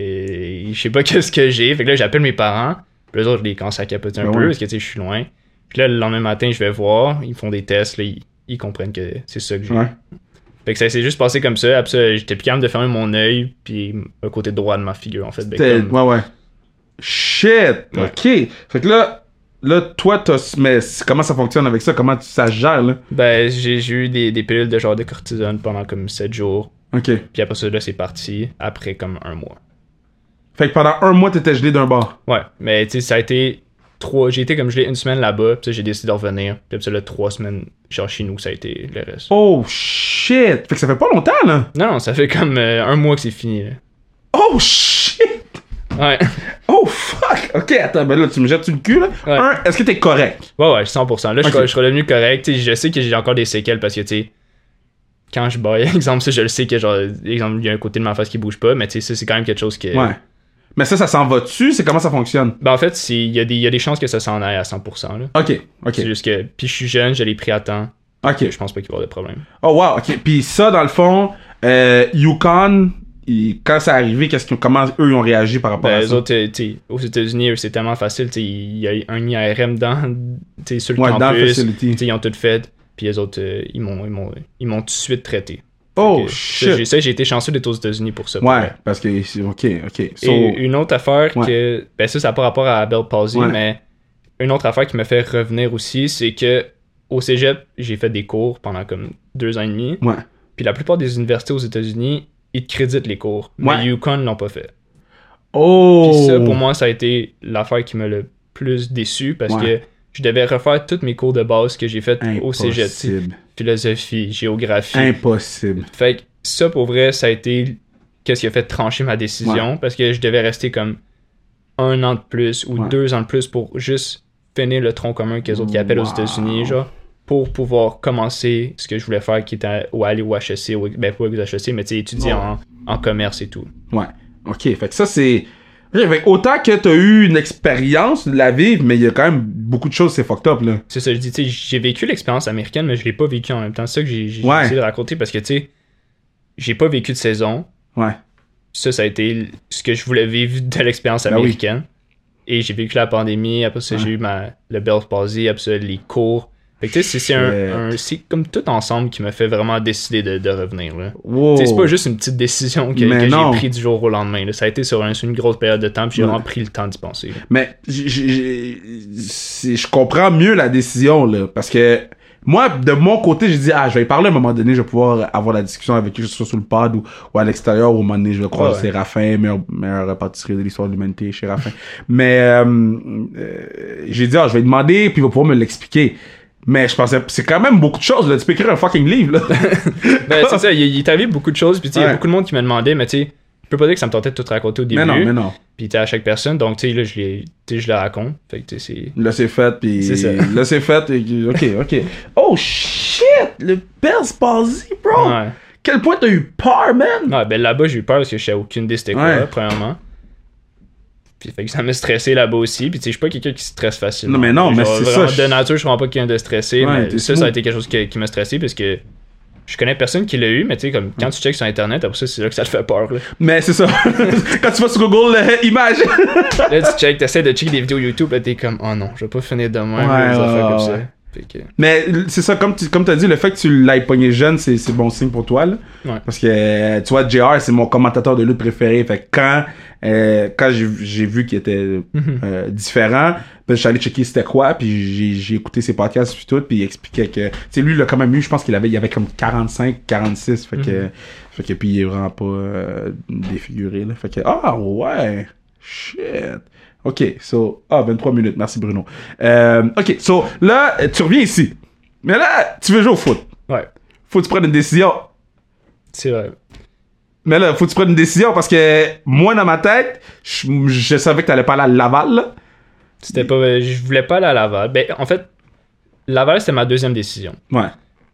Speaker 3: je sais pas [LAUGHS] qu'est-ce que j'ai. Fait que là, j'appelle mes parents. Puis eux autres, les commencent à capoter un
Speaker 1: Ben
Speaker 3: peu
Speaker 1: oui.
Speaker 3: parce que, tu sais, je suis loin. Puis là, le lendemain matin, je vais voir. Ils font des tests. Là, ils, ils comprennent que c'est ça que j'ai.
Speaker 1: Ouais.
Speaker 3: Fait que ça s'est juste passé comme ça. Après ça, j'étais plus capable de fermer mon œil. Puis le côté droit de ma figure, en fait. Ben,
Speaker 1: T'es-
Speaker 3: comme-
Speaker 1: Ouais, ouais. Shit!
Speaker 3: Ouais.
Speaker 1: OK. Fait que là, là, toi, t'as, mais c'est- comment ça fonctionne avec ça? Comment tu- ça se gère, là?
Speaker 3: ben, j'ai j'ai eu des, des pilules de genre de cortisone pendant comme 7 jours.
Speaker 1: OK.
Speaker 3: Puis après ça, là, c'est parti. Après comme un mois.
Speaker 1: Fait que pendant un mois, t'étais gelé d'un bar.
Speaker 3: Ouais, mais tu sais, ça a été trois. J'ai été comme je l'ai une semaine là-bas, puis ça, j'ai décidé de revenir. Puis après ça, là, trois semaines, genre chez nous, ça a été le reste.
Speaker 1: Oh, shit! Fait que ça fait pas longtemps, là!
Speaker 3: Non, non, ça fait comme euh, un mois que c'est fini. Là.
Speaker 1: Oh, shit!
Speaker 3: Ouais, [LAUGHS]
Speaker 1: Oh, fuck! OK, attends, ben là, tu me jettes sur le cul, là.
Speaker 3: Ouais.
Speaker 1: Un, est-ce que t'es correct?
Speaker 3: ouais, ouais, 100%. Là, je,
Speaker 1: Ok.
Speaker 3: suis- je suis redevenu correct. Tu sais, je sais que j'ai encore des séquelles parce que, tu sais, quand je baille, [LAUGHS] exemple, ça, je le sais que, genre, exemple, il y a un côté de ma face qui bouge pas, mais tu sais, ça, c'est quand même quelque chose que.
Speaker 1: Ouais. Mais ça, ça s'en va dessus? C'est comment ça fonctionne?
Speaker 3: Ben, en fait, c'est- il y, a des- il y a des chances que ça s'en aille à 100%. Là.
Speaker 1: OK, OK,
Speaker 3: C'est juste que. Puis, je suis jeune, je l'ai pris à temps.
Speaker 1: OK.
Speaker 3: Je pense pas qu'il va y avoir de problème.
Speaker 1: Oh, wow, OK. Puis ça, dans le fond, euh, Yukon, ils- quand ça arrivé, qu'est-ce qu'ils- comment eux, ils ont réagi par rapport
Speaker 3: Ben,
Speaker 1: à
Speaker 3: les
Speaker 1: ça?
Speaker 3: autres, euh, tu sais, aux États-Unis, eux, c'est tellement facile. tu sais, Il y a un IRM dans, tu sais, sur le
Speaker 1: Ouais, dans le
Speaker 3: campus. Tu
Speaker 1: facility.
Speaker 3: sais, Ils ont tout fait. Puis, les autres, euh, ils m'ont ils m'ont- ils m'ont tout de suite traité.
Speaker 1: Oh,
Speaker 3: Que-
Speaker 1: shit!
Speaker 3: ça, j'ai- Ça, j'ai été chanceux d'être aux États-Unis pour ça.
Speaker 1: Ouais, parce que c'est- ok, ok. So,
Speaker 3: Et une autre affaire
Speaker 1: Ouais.
Speaker 3: que. Ben, ça, ça n'a pas rapport à Bell Palsy,
Speaker 1: Ouais.
Speaker 3: mais une autre affaire qui me fait revenir aussi, c'est que au cégep, j'ai fait des cours pendant comme deux ans et demi.
Speaker 1: ouais.
Speaker 3: Puis la plupart des universités aux États-Unis, ils te créditent les cours. Mais
Speaker 1: Ouais.
Speaker 3: Yukon l'ont pas fait. Puis
Speaker 1: Oh.
Speaker 3: ça, pour moi, ça a été l'affaire qui me le plus déçu parce
Speaker 1: Ouais.
Speaker 3: que je devais refaire tous mes cours de base que j'ai fait au cégep. tu sais,
Speaker 1: Oh, Impossible.
Speaker 3: Philosophie, géographie,
Speaker 1: Impossible.
Speaker 3: fait que ça, pour vrai, ça a été qu'est-ce qui a fait trancher ma décision parce que je devais rester comme un an de plus ou
Speaker 1: Ouais.
Speaker 3: deux ans de plus pour juste finir le tronc commun que les autres qui appellent aux
Speaker 1: Wow.
Speaker 3: États-Unis, genre, pour pouvoir commencer ce que je voulais faire qui était ou aller au HEC, ou, ben pas au HEC, mais tu sais, étudier
Speaker 1: Ouais.
Speaker 3: en, en commerce et tout.
Speaker 1: Ouais. Ok, fait que ça c'est. Ok, fait que autant que t'as eu une expérience de la vivre, mais il y a quand même beaucoup de choses, c'est fucked up là.
Speaker 3: C'est ça, je dis, tu sais, j'ai vécu l'expérience américaine, mais je l'ai pas vécu en même temps. C'est ça que j'ai j'ai
Speaker 1: Ouais.
Speaker 3: essayé de raconter parce que, tu sais, j'ai pas vécu de saison,
Speaker 1: Ouais.
Speaker 3: ça, ça a été l- ce que je voulais vivre de l'expérience
Speaker 1: Ben oui.
Speaker 3: américaine. Et j'ai vécu la pandémie, après ça,
Speaker 1: Ouais.
Speaker 3: j'ai eu ma, le Bell's Palsy, après ça, les cours. Fait Fait que tu sais, c'est- c'est un,
Speaker 1: Shit.
Speaker 3: un- c'est comme tout ensemble qui m'a fait vraiment décider de, de revenir. Là.
Speaker 1: Wow.
Speaker 3: Tu sais, C'est pas juste une petite décision que,
Speaker 1: Oh. Mais
Speaker 3: que
Speaker 1: non.
Speaker 3: j'ai prise du jour au lendemain. là. Ça a été sur un- sur une grosse période de temps, puis j'ai
Speaker 1: Ouais.
Speaker 3: vraiment pris le temps d'y penser. là.
Speaker 1: Mais j- j- j- c'est- je comprends mieux la décision, là. Parce que moi, de mon côté, j'ai dit, ah, je vais y parler à un moment donné, je vais pouvoir avoir la discussion avec lui, que ce soit sur le pod ou, ou à l'extérieur, ou à un moment donné, je vais croire
Speaker 3: Ouais, ouais.
Speaker 1: Séraphin, meilleur, meilleur pâtisserie de l'histoire de l'humanité, Séraphin. Mais euh, euh, j'ai dit, ah, je vais lui demander, puis il va pouvoir me l'expliquer. Mais je pensais, c'est quand même beaucoup de choses, là. Tu peux écrire un fucking livre, là. [LAUGHS]
Speaker 3: Ben, c'est ça, il, il est arrivé beaucoup de choses, puis tu sais, il y
Speaker 1: Ouais.
Speaker 3: a beaucoup de monde qui me demandait, mais tu sais, je peux pas dire que ça me tentait de tout raconter au début,
Speaker 1: mais non, mais non.
Speaker 3: puis tu sais, à chaque personne, donc tu sais, là, je, l'ai- tu sais, je la raconte, fait que tu sais, c'est...
Speaker 1: Là, c'est fait, puis
Speaker 3: C'est ça.
Speaker 1: Là, c'est fait, et- ok, ok. Oh, shit! Le Bell's Palsy, bro!
Speaker 3: Ouais.
Speaker 1: Quel point t'as eu peur, man!
Speaker 3: Ouais, ben là-bas, j'ai eu peur parce que je savais aucune idée c'était quoi,
Speaker 1: Ouais.
Speaker 3: premièrement. Puis fait que ça m'a stressé là-bas aussi. Puis tu sais, je suis pas quelqu'un qui se stresse facilement.
Speaker 1: Non, mais non, mais
Speaker 3: Genre,
Speaker 1: c'est ça,
Speaker 3: vraiment,
Speaker 1: je-
Speaker 3: De nature, je suis vraiment pas quelqu'un de stressé.
Speaker 1: Ouais, t'es
Speaker 3: mais ça,
Speaker 1: smooth.
Speaker 3: ça a été quelque chose qui, qui m'a stressé parce que je connais personne qui l'a eu, mais tu sais, comme quand tu checkes sur Internet, après ça, c'est là que ça te fait peur. Là,
Speaker 1: Mais c'est [LAUGHS] ça. Quand tu vas sur Google euh, [LAUGHS] Images.
Speaker 3: Là, tu checkes, t'essaies de checker des vidéos YouTube, là, t'es comme, oh non, je vais pas finir demain.
Speaker 1: Ouais,
Speaker 3: des
Speaker 1: ouais,
Speaker 3: affaires comme
Speaker 1: ouais,
Speaker 3: ça.
Speaker 1: ouais.
Speaker 3: Fait que-
Speaker 1: Mais c'est ça, comme tu comme as dit, le fait que tu l'aies pogné jeune, c'est c'est bon signe pour toi. Là.
Speaker 3: Ouais.
Speaker 1: Parce que, euh, tu vois, JR, c'est mon commentateur de lutte préféré. Fait que quand, euh, quand j'ai- j'ai vu qu'il était
Speaker 3: Mhm.
Speaker 1: euh, différent, ben, je suis allé checker c'était quoi, puis j'ai- j'ai écouté ses podcasts puis tout, puis il expliquait que... Tu sais, lui, il a quand même eu, je pense qu'il avait, il avait comme 45, 46. Fait que, fait que puis il est vraiment pas euh, défiguré. Là. Fait que, ah, ouais, shit. OK, so... Ah, 23 minutes, merci Bruno. Euh, OK, so, là, tu reviens ici. Mais là, tu veux jouer au foot.
Speaker 3: Ouais,
Speaker 1: Faut que tu prennes une décision.
Speaker 3: c'est vrai.
Speaker 1: Mais là, faut que tu prennes une décision parce que moi, dans ma tête, je, je savais que t'allais pas aller à Laval. là.
Speaker 3: C'était pas. Je voulais pas aller à Laval. Ben, en fait, Laval, c'était ma deuxième décision.
Speaker 1: Ouais.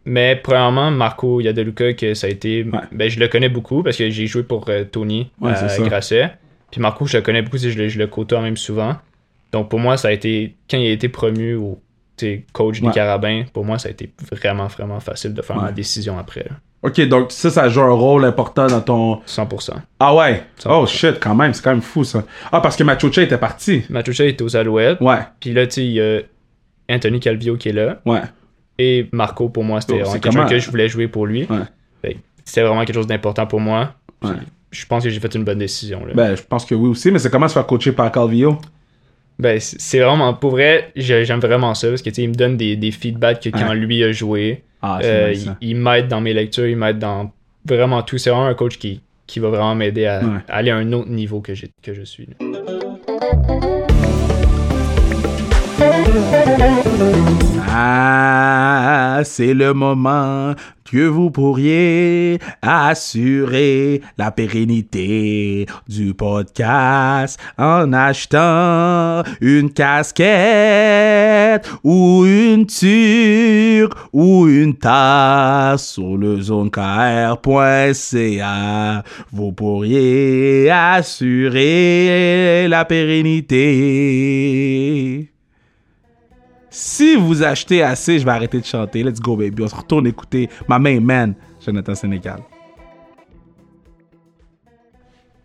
Speaker 3: Mais premièrement, Marco Yadeluca, que ça a été.
Speaker 1: Ouais.
Speaker 3: Ben, je le connais beaucoup parce que j'ai joué pour euh, Tony
Speaker 1: Ouais, c'est
Speaker 3: à
Speaker 1: ça.
Speaker 3: Grasset. Puis Marco, je le connais beaucoup, tu sais, je le, je le côtoie même souvent. Donc pour moi, ça a été. Quand il a été promu au tu sais, coach
Speaker 1: Ouais.
Speaker 3: des Carabins, pour moi, ça a été vraiment, vraiment facile de faire
Speaker 1: Ouais.
Speaker 3: ma décision après. là.
Speaker 1: Ok, donc ça, ça joue un rôle important dans ton.
Speaker 3: 100%.
Speaker 1: Ah ouais.
Speaker 3: Ça
Speaker 1: Oh
Speaker 3: va.
Speaker 1: shit, quand même, c'est quand même fou ça. Ah, parce que Machocha était parti.
Speaker 3: Matucha était aux Alouettes.
Speaker 1: Ouais,
Speaker 3: Puis là, tu sais, il y a Anthony Calvio qui est là.
Speaker 1: ouais.
Speaker 3: Et Marco, pour moi,
Speaker 1: Oh,
Speaker 3: c'était vraiment
Speaker 1: c'est
Speaker 3: quelque
Speaker 1: comment-
Speaker 3: chose que je voulais jouer pour lui.
Speaker 1: Ouais.
Speaker 3: Fait que C'était vraiment quelque chose d'important pour moi. Puis
Speaker 1: Ouais.
Speaker 3: Je pense que j'ai fait une bonne décision. Là.
Speaker 1: Ben, je pense que oui aussi, mais c'est comment se faire coacher par Calvio.
Speaker 3: Ben, c- c'est vraiment, pour vrai, j'ai- j'aime vraiment ça parce que, tu sais, il me donne des, des feedbacks que quand
Speaker 1: Ouais.
Speaker 3: lui a joué,
Speaker 1: Ah,
Speaker 3: euh,
Speaker 1: nice,
Speaker 3: il, il m'aide dans mes lectures, il m'aide dans vraiment tout. C'est vraiment un coach qui, qui va vraiment m'aider à,
Speaker 1: Ouais.
Speaker 3: à aller à un autre niveau que, j'ai- que je suis. là.
Speaker 1: Ah, c'est le moment que vous pourriez assurer la pérennité du podcast en achetant une casquette ou une tuque ou une tasse sur le zonekr.ca. Vous pourriez assurer la pérennité. Si vous achetez assez, je vais arrêter de chanter. Let's go, baby. On se retourne écouter ma main man, Jonathan Sénégal.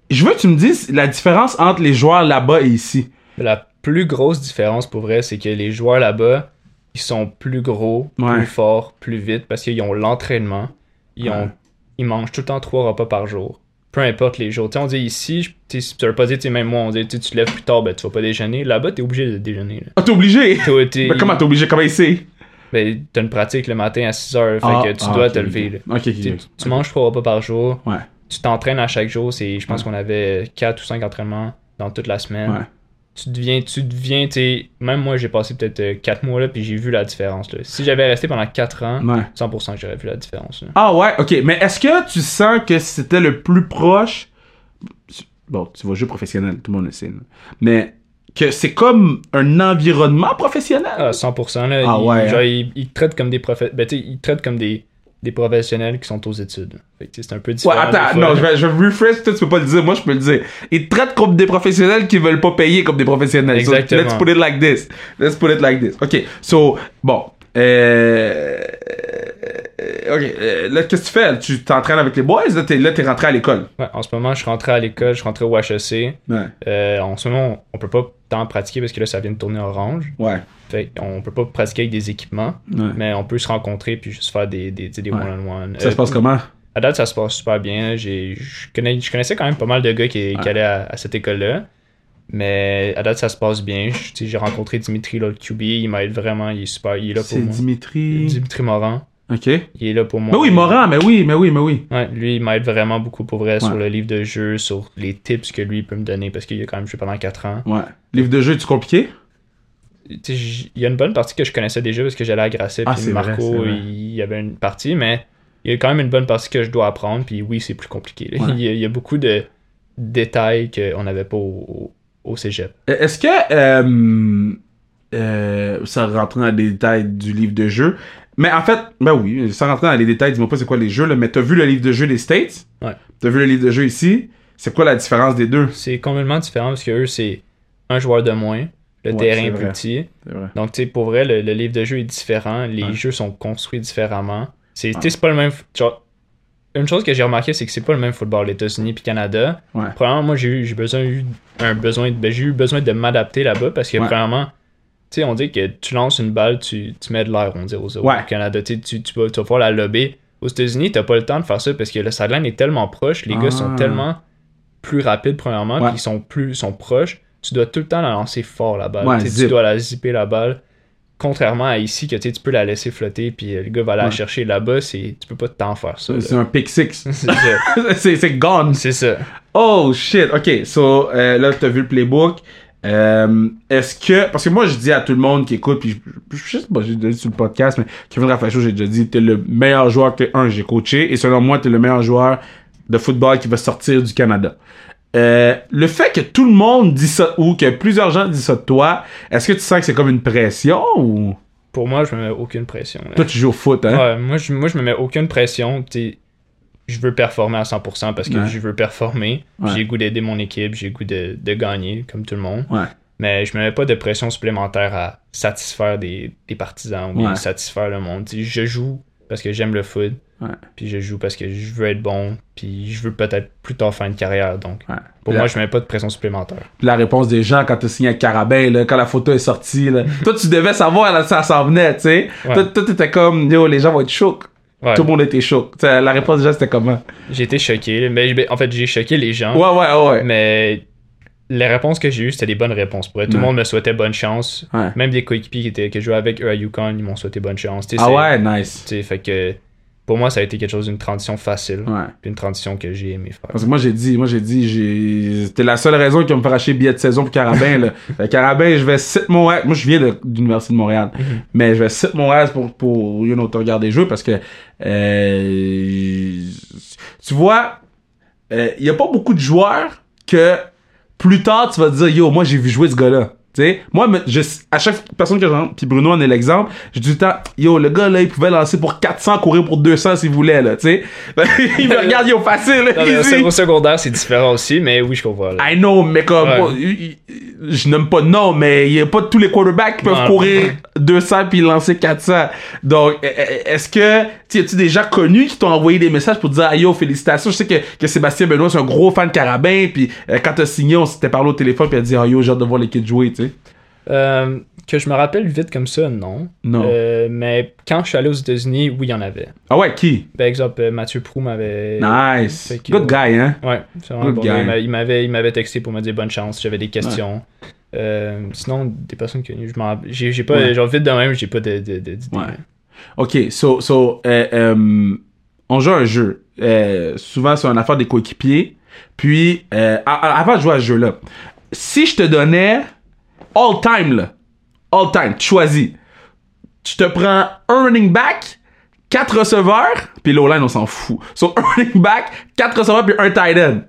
Speaker 1: Je veux que tu me dises la différence entre les joueurs là-bas et ici.
Speaker 3: La plus grosse différence, pour vrai, c'est que les joueurs là-bas, ils sont plus gros,
Speaker 1: Ouais.
Speaker 3: plus forts, plus vite parce qu'ils ont l'entraînement. Ils, ont,
Speaker 1: Ouais.
Speaker 3: ils mangent tout le temps trois repas par jour. Peu importe les jours. Tu sais, on dit ici, je- tu sais, ça veut pas dire, tu sais, même moi, on dit, tu sais, tu te lèves plus tard, ben, tu vas pas déjeuner. Là-bas, t'es obligé de déjeuner. là.
Speaker 1: Ah, t'es obligé.
Speaker 3: T'es- t'es-
Speaker 1: Mais Ben, comment t'es obligé? Comment ici?
Speaker 3: ben, t'as une pratique le matin à 6 heures, fait
Speaker 1: Ah,
Speaker 3: que tu
Speaker 1: ah,
Speaker 3: dois
Speaker 1: ok,
Speaker 3: te
Speaker 1: ok.
Speaker 3: lever. là.
Speaker 1: Ok, ok,
Speaker 3: Tu,
Speaker 1: ok.
Speaker 3: tu manges trois repas par jour,
Speaker 1: Ouais,
Speaker 3: tu t'entraînes à chaque jour, c'est, je pense qu'on avait 4 ou 5 entraînements dans toute la semaine.
Speaker 1: ouais.
Speaker 3: Tu deviens, tu deviens, t'es- même moi j'ai passé peut-être 4 mois là, puis j'ai vu la différence. là. Si j'avais resté pendant 4 ans,
Speaker 1: Ouais.
Speaker 3: 100% que j'aurais vu la différence. là.
Speaker 1: Ah ouais, ok. Mais est-ce que tu sens que c'était le plus proche... Bon, tu vas jouer professionnel, tout le monde le sait. là. Mais que c'est comme un environnement professionnel?
Speaker 3: Ah, 100%. Là,
Speaker 1: Ah
Speaker 3: ils,
Speaker 1: ouais,
Speaker 3: genre,
Speaker 1: hein.
Speaker 3: ils- ils te traitent comme des profe- ben, tu sais, ils te traitent comme des, des professionnels qui sont aux études. Fait que, tu sais, c'est un peu différent.
Speaker 1: Ouais,
Speaker 3: des
Speaker 1: attends,
Speaker 3: fois,
Speaker 1: non,
Speaker 3: là.
Speaker 1: je vais, je vais rephrase, toi, tu peux pas le dire, moi, je peux le dire. Ils te traitent comme des professionnels qui veulent pas payer comme des professionnels. So,
Speaker 3: Exactement.
Speaker 1: let's put it like this. Let's put it like this. OK, so, bon, euh, euh, ok, euh, là, qu'est-ce que tu fais? Tu t'entraînes avec les boys? Là, t'es, là, t'es rentré à l'école.
Speaker 3: Ouais, en ce moment, je suis rentré à l'école, je suis rentré au HEC.
Speaker 1: Ouais.
Speaker 3: Euh, en ce moment, on, on peut pas tant pratiquer parce que là, ça vient de tourner orange.
Speaker 1: Ouais.
Speaker 3: Fait on peut pas pratiquer avec des équipements,
Speaker 1: Ouais.
Speaker 3: mais on peut se rencontrer puis juste faire des, des, tu sais, des
Speaker 1: Ouais.
Speaker 3: one-on-one.
Speaker 1: Ça
Speaker 3: Euh,
Speaker 1: se passe comment?
Speaker 3: À date, ça se passe super bien. J'ai, je, connais, je connaissais quand même pas mal de gars qui, qui
Speaker 1: Ouais.
Speaker 3: allaient à, à cette école-là. Mais à date, ça se passe bien. Je- tu sais, J'ai rencontré Dimitri, là, le QB. Il m'aide vraiment. Il est super. Il est là pour
Speaker 1: C'est
Speaker 3: moi.
Speaker 1: Dimitri.
Speaker 3: Dimitri Moran.
Speaker 1: Ok. Mais
Speaker 3: Il est là pour moi.
Speaker 1: oui, Morin, mais oui, mais oui, mais oui.
Speaker 3: Ouais, lui, il m'aide vraiment beaucoup pour vrai sur
Speaker 1: Ouais.
Speaker 3: le livre de jeu, sur les tips que lui peut me donner parce qu'il a quand même joué pendant 4 ans.
Speaker 1: Ouais. Livre de jeu, tu compliqué?
Speaker 3: Tu sais, j- Il y a une bonne partie que je connaissais déjà parce que j'allais à Grasset
Speaker 1: Ah,
Speaker 3: puis
Speaker 1: c'est vrai,
Speaker 3: Marco,
Speaker 1: c'est vrai.
Speaker 3: il y avait une partie, mais il y a quand même une bonne partie que je dois apprendre. Puis oui, c'est plus compliqué. là.
Speaker 1: Ouais.
Speaker 3: [LAUGHS] Il, y a, il y a beaucoup de détails qu'on n'avait pas au, au- au cégep.
Speaker 1: Euh, Est-ce que euh, euh, sans rentrer dans les détails du livre de jeu, mais en fait, ben oui, sans rentrer dans les détails, dis-moi pas c'est quoi les jeux, là, mais t'as vu le livre de jeu des States?
Speaker 3: Ouais.
Speaker 1: T'as vu le livre de jeu ici? C'est quoi la différence des deux?
Speaker 3: C'est complètement différent parce que eux, c'est un joueur de moins, le
Speaker 1: Ouais,
Speaker 3: terrain
Speaker 1: c'est
Speaker 3: est plus
Speaker 1: vrai.
Speaker 3: petit.
Speaker 1: C'est vrai.
Speaker 3: Donc, tu sais, pour vrai, le, le livre de jeu est différent. Les
Speaker 1: Ouais.
Speaker 3: jeux sont construits différemment. C'est tu
Speaker 1: Ouais.
Speaker 3: sais, c'est pas le même. f- genre, une chose que j'ai remarqué, c'est que c'est pas le même football, États-Unis puis Canada.
Speaker 1: Ouais.
Speaker 3: Premièrement, moi, j'ai eu, j'ai besoin, eu un besoin, de- ben, j'ai eu besoin de m'adapter là-bas parce que,
Speaker 1: Ouais.
Speaker 3: premièrement, tu sais, on dit que tu lances une balle, tu, tu mets de l'air, on dit aux autres.
Speaker 1: Ouais.
Speaker 3: Au Canada, tu, sais, tu, tu vas, tu vas pouvoir la lober. Aux États-Unis, t'as pas le temps de faire ça parce que le sideline est tellement proche, les
Speaker 1: Ah.
Speaker 3: gars sont tellement plus rapides, premièrement,
Speaker 1: Ouais.
Speaker 3: puis ils sont plus ils sont proches. Tu dois tout le temps la lancer fort, la balle.
Speaker 1: Ouais,
Speaker 3: Tu sais,
Speaker 1: zip.
Speaker 3: tu dois la zipper, la balle. Contrairement à ici, que tu sais, tu peux la laisser flotter, puis euh, le gars va la
Speaker 1: Ouais.
Speaker 3: chercher là-bas, c'est... tu peux pas t'en faire ça. là.
Speaker 1: C'est un pick six.
Speaker 3: [LAUGHS] c'est ça.
Speaker 1: [LAUGHS] c'est c'est gone.
Speaker 3: C'est ça.
Speaker 1: Oh shit, ok, so euh, là t'as vu le playbook. Euh, Est-ce que. Parce que moi je dis à tout le monde qui écoute, puis je, je sais pas, j'ai déjà dit sur le podcast, mais Kevin Raffacho, j'ai déjà dit, t'es le meilleur joueur que t'es un, j'ai coaché, et selon moi, t'es le meilleur joueur de football qui va sortir du Canada. Euh, le fait que tout le monde dit ça ou que plusieurs gens disent ça de toi, est-ce que tu sens que c'est comme une pression ou
Speaker 3: Pour moi, je me mets aucune pression. là.
Speaker 1: [LAUGHS] toi tu joues au foot hein
Speaker 3: Ouais, moi, je, moi, je me mets aucune pression. t'sais, Je veux performer à 100% parce que
Speaker 1: Ouais.
Speaker 3: je veux performer.
Speaker 1: Ouais.
Speaker 3: J'ai le goût d'aider mon équipe, j'ai le goût de, de gagner, comme tout le monde.
Speaker 1: Ouais.
Speaker 3: Mais je me mets pas de pression supplémentaire à satisfaire des, des partisans ou bien
Speaker 1: Ouais.
Speaker 3: satisfaire le monde. T'sais, je joue parce que j'aime le foot.
Speaker 1: Ouais.
Speaker 3: Puis je joue parce que je veux être bon. Puis je veux peut-être plus tard faire une carrière. Donc,
Speaker 1: Ouais.
Speaker 3: pour
Speaker 1: Là-
Speaker 3: moi, je me mets pas de pression supplémentaire.
Speaker 1: Puis la réponse des gens quand t'as signé à Carabin, là, quand la photo est sortie,
Speaker 3: [LAUGHS]
Speaker 1: là. toi, tu devais savoir, là, ça s'en venait, tu sais.
Speaker 3: Ouais.
Speaker 1: Toi, toi, t'étais comme, yo, les gens vont être chocs.
Speaker 3: Ouais.
Speaker 1: Tout le monde était choc. Tu sais, la réponse des gens, c'était comment?
Speaker 3: J'ai été choqué. là, Mais, mais en fait, j'ai choqué les gens.
Speaker 1: Ouais, ouais, ouais.
Speaker 3: Mais les réponses que j'ai eues, c'était des bonnes réponses. Pour vrai. Tout le
Speaker 1: Ouais.
Speaker 3: monde me souhaitait bonne chance.
Speaker 1: Ouais.
Speaker 3: Même des coéquipiers qui étaient, que je jouais avec eux à Yukon, ils m'ont souhaité bonne chance. Tu sais,
Speaker 1: Ah
Speaker 3: c'est-
Speaker 1: ouais, nice.
Speaker 3: tu sais, fait que pour moi, ça a été quelque chose d'une transition facile.
Speaker 1: Ouais.
Speaker 3: Puis une transition que j'ai aimé faire.
Speaker 1: Parce que moi, j'ai dit, moi, j'ai dit, j'ai, c'était la seule raison qui va me faire acheter billet de saison pour Carabin,
Speaker 3: [LAUGHS]
Speaker 1: là. Le Carabin, je vais 7 Montréal. Moi, je viens de, de l'Université de Montréal.
Speaker 3: Mm-hmm.
Speaker 1: Mais je vais 7 Montréal pour, pour, you know, te regarder jouer parce que, euh, tu vois, il Euh, y a pas beaucoup de joueurs que plus tard tu vas te dire yo moi j'ai vu jouer ce gars-là. Tu sais, moi me- je, à chaque personne que j'en puis Bruno en est l'exemple, je dis tout le temps yo le gars là il pouvait lancer pour 400 courir pour 200 s'il voulait là, tu sais. [LAUGHS] il me regarde yo facile.
Speaker 3: Non, mais
Speaker 1: easy.
Speaker 3: au secondaire, c'est différent aussi, mais oui, je comprends. là.
Speaker 1: I know, mais comme,
Speaker 3: Ouais.
Speaker 1: oh, il- il- je n'aime pas de nom, mais il n'y a pas tous les quarterbacks qui peuvent
Speaker 3: Non.
Speaker 1: courir 200 puis lancer 400. Donc, e- e- est-ce que, tu sais, tu déjà connus qui t'ont envoyé des messages pour te dire, ah, yo, félicitations, je sais que, que Sébastien Benoît, c'est un gros fan de Carabin, puis euh, quand t'as signé, on s'était parlé au téléphone, puis elle dit, ah, yo, j'ai hâte de voir les kids jouer, tu sais.
Speaker 3: Euh, que je me rappelle vite comme ça, non.
Speaker 1: Non.
Speaker 3: Euh, mais quand je suis allé aux États-Unis, oui, il y en avait.
Speaker 1: Ah ouais, qui?
Speaker 3: Par exemple, euh, Mathieu Prou m'avait.
Speaker 1: Nice.
Speaker 3: fait que-
Speaker 1: Good guy, hein?
Speaker 3: Ouais, c'est vraiment
Speaker 1: Good
Speaker 3: bon. gars.
Speaker 1: guy.
Speaker 3: Il m'a- Il m'avait, il m'avait texté pour me dire bonne chance, j'avais des questions. Euh, sinon, des personnes connues, je m'en rappelle- j'ai, j'ai pas,
Speaker 1: Ouais.
Speaker 3: genre vite de même, j'ai pas de, de, de- d'idée.
Speaker 1: Ouais. OK, so, so euh, euh, on joue à un jeu. Euh, souvent, c'est une affaire des coéquipiers. Puis, euh, a- a- avant de jouer à ce jeu-là, si je te donnais all time, là, all time, tu choisis. Tu te prends un running back, quatre receveurs, puis l'O-line, on s'en fout. So, un running back, quatre receveurs, puis un tight end.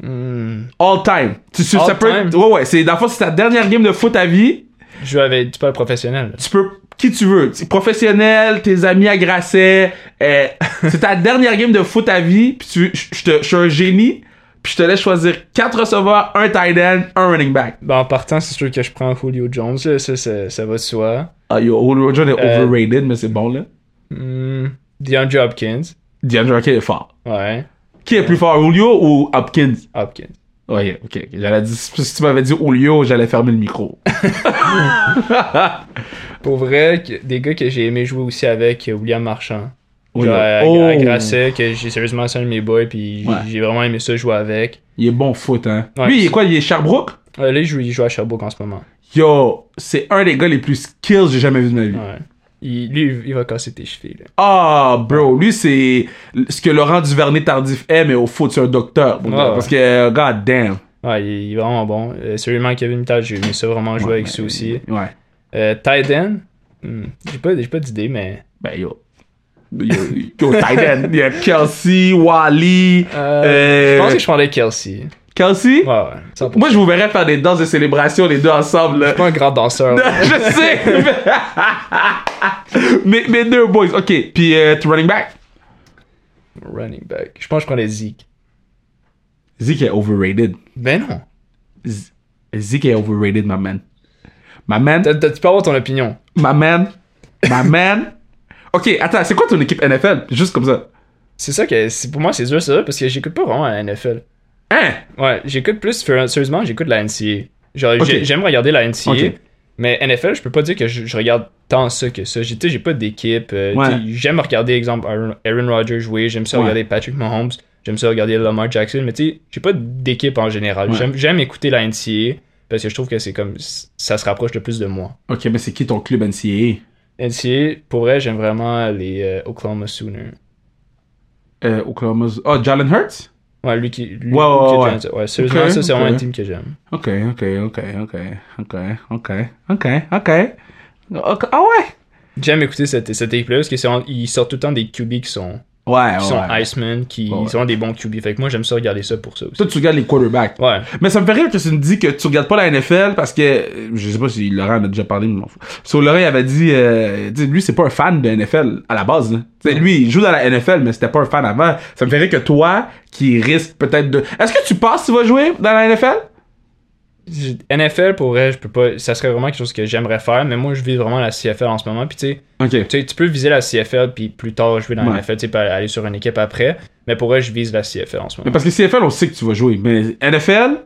Speaker 3: Hmm.
Speaker 1: All time. Tu, tu-
Speaker 3: All
Speaker 1: ça peut être-
Speaker 3: time?
Speaker 1: Ouais, ouais. C'est, dans le fond, c'est ta dernière game de foot à vie.
Speaker 3: Je jouais avec du père professionnel. là.
Speaker 1: tu peux qui tu veux, Tu- professionnel, tes amis à Grasset, [LAUGHS] euh, c'est ta dernière game de foot à vie, puis tu je je te- je suis un génie, puis je te laisse choisir quatre receveurs, un tight end, un running back.
Speaker 3: Ben, en partant, c'est sûr que je prends Julio Jones, là, ça, ça, ça va de soi.
Speaker 1: Ah yo, Julio Jones est
Speaker 3: Euh,
Speaker 1: overrated mais c'est bon là.
Speaker 3: Hmm, DeAndre Hopkins.
Speaker 1: DeAndre Hopkins est fort.
Speaker 3: Ouais.
Speaker 1: Qui est plus fort, Julio ou Hopkins?
Speaker 3: Hopkins.
Speaker 1: Ouais, ok. ok. J'allais dire- si tu m'avais dit Julio, j'allais fermer le [LAUGHS] micro.
Speaker 3: Pour vrai, que- des gars que j'ai aimé jouer aussi avec, euh, William Marchand.
Speaker 1: Oui,
Speaker 3: Genre, à,
Speaker 1: oh.
Speaker 3: à Grasset, que j'ai sérieusement c'est un de mes boys, puis j'ai-
Speaker 1: Ouais.
Speaker 3: j'ai vraiment aimé ça jouer avec.
Speaker 1: Il est bon au foot, hein.
Speaker 3: Ouais.
Speaker 1: Lui, il est quoi? Il est Sherbrooke?
Speaker 3: Euh, là, il joue, il joue à Sherbrooke en ce moment.
Speaker 1: Yo, c'est un des gars les plus skills que j'ai jamais vu de ma vie.
Speaker 3: Ouais. Il, lui, il va casser tes chevilles. là.
Speaker 1: Ah, bro, lui, c'est ce que Laurent Duvernay Tardif est, mais au foot, c'est un docteur. mon
Speaker 3: Ouais,
Speaker 1: gars.
Speaker 3: Ah, ouais.
Speaker 1: Parce que, god damn.
Speaker 3: Ouais, il, il est vraiment bon. Euh, sérieusement, Kevin Mittal, j'ai aimé ça vraiment jouer
Speaker 1: Ouais,
Speaker 3: avec
Speaker 1: mais-
Speaker 3: ça aussi.
Speaker 1: Ouais.
Speaker 3: Euh, Tyden, hmm, j'ai pas, j'ai pas d'idée, mais.
Speaker 1: Ben, yo. Yo, yo tight end. Il y a Kelsey, Wally.
Speaker 3: Euh,
Speaker 1: euh,
Speaker 3: Je pense que je prendrais Kelsey.
Speaker 1: Kelsey?
Speaker 3: Ouais, ouais. 100%.
Speaker 1: Moi, je vous verrais faire des danses de célébration, les deux ensemble.
Speaker 3: Je
Speaker 1: là.
Speaker 3: suis
Speaker 1: [LAUGHS]
Speaker 3: pas un grand [LAUGHS] danseur. là.
Speaker 1: je sais! [LAUGHS] mais, mais deux boys, ok. Puis, euh, tu running back?
Speaker 3: Running back. Je pense que je prendrais Zeke.
Speaker 1: Zeke est overrated.
Speaker 3: Ben non.
Speaker 1: Z- Zeke est overrated, my man. My man,
Speaker 3: T'as- t'as- Tu peux avoir ton opinion.
Speaker 1: my man, my man. [LAUGHS] Ok, attends, c'est quoi ton équipe NFL? Juste comme ça.
Speaker 3: C'est ça que. c'est- Pour moi, c'est dur, ça, parce que j'écoute pas vraiment la NFL.
Speaker 1: Hein?
Speaker 3: Ouais, j'écoute plus, sérieusement, j'écoute la NCA. Genre,
Speaker 1: Ok.
Speaker 3: j'ai- j'aime regarder la NCA,
Speaker 1: Ok.
Speaker 3: mais NFL, je peux pas dire que je, je regarde tant ça que ça. J'ai- Tu sais, j'ai pas d'équipe. euh,
Speaker 1: Ouais.
Speaker 3: tu sais, J'aime regarder, exemple, Aaron, Aaron Rodgers jouer, j'aime ça
Speaker 1: Ouais.
Speaker 3: regarder Patrick Mahomes, j'aime ça regarder Lamar Jackson, mais tu sais, j'ai pas d'équipe en général.
Speaker 1: Ouais.
Speaker 3: J'aime- J'aime écouter la NCA parce que je trouve que c'est comme. Ça se rapproche le plus de moi.
Speaker 1: Ok, mais c'est qui ton club NCAA?
Speaker 3: NCA, pour vrai, j'aime vraiment les euh, Oklahoma Sooners.
Speaker 1: Euh, Oklahoma. Oh, Jalen Hurts?
Speaker 3: Ouais, lui qui. Lui,
Speaker 1: Ouais, ouais,
Speaker 3: qui
Speaker 1: ouais.
Speaker 3: j'aime ça. ouais. sérieusement,
Speaker 1: Ok,
Speaker 3: ça, c'est vraiment
Speaker 1: ok.
Speaker 3: une team que j'aime.
Speaker 1: Ok, ok, ok, ok, ok, ok, ok, ok. Ok, Ah ouais?
Speaker 3: J'aime écouter cette, cette équipe-là parce qu'ils sortent tout le temps des QB qui sont.
Speaker 1: Ouais,
Speaker 3: qui
Speaker 1: Ah ouais.
Speaker 3: sont Iceman, qui
Speaker 1: Ouais, ouais.
Speaker 3: sont des bons QB. Fait que moi, j'aime ça regarder ça pour ça aussi.
Speaker 1: Toi, tu regardes les quarterbacks.
Speaker 3: Ouais.
Speaker 1: Mais ça me fait rire que tu me dis que tu regardes pas la NFL parce que euh, je sais pas si Laurent en a déjà parlé, mais je m'en fous. So, Laurent il avait dit, euh, tu sais, lui c'est pas un fan de NFL à la base. Là. Tu sais, Lui il joue dans la NFL mais c'était pas un fan avant. Ça me fait rire que toi qui risque peut-être de. Est-ce que tu penses que tu vas jouer dans la NFL
Speaker 3: J- NFL, pour vrai, je peux pas. Ça serait vraiment quelque chose que j'aimerais faire, mais moi, je vis vraiment la CFL en ce moment. Puis, tu sais,
Speaker 1: Ok.
Speaker 3: tu sais, tu peux viser la CFL, puis plus tard, jouer dans
Speaker 1: Ouais.
Speaker 3: la NFL, tu sais, puis aller sur une équipe après. Mais pour vrai, je vise la CFL en ce
Speaker 1: Mais
Speaker 3: moment.
Speaker 1: parce que CFL on sait que tu vas jouer, mais NFL.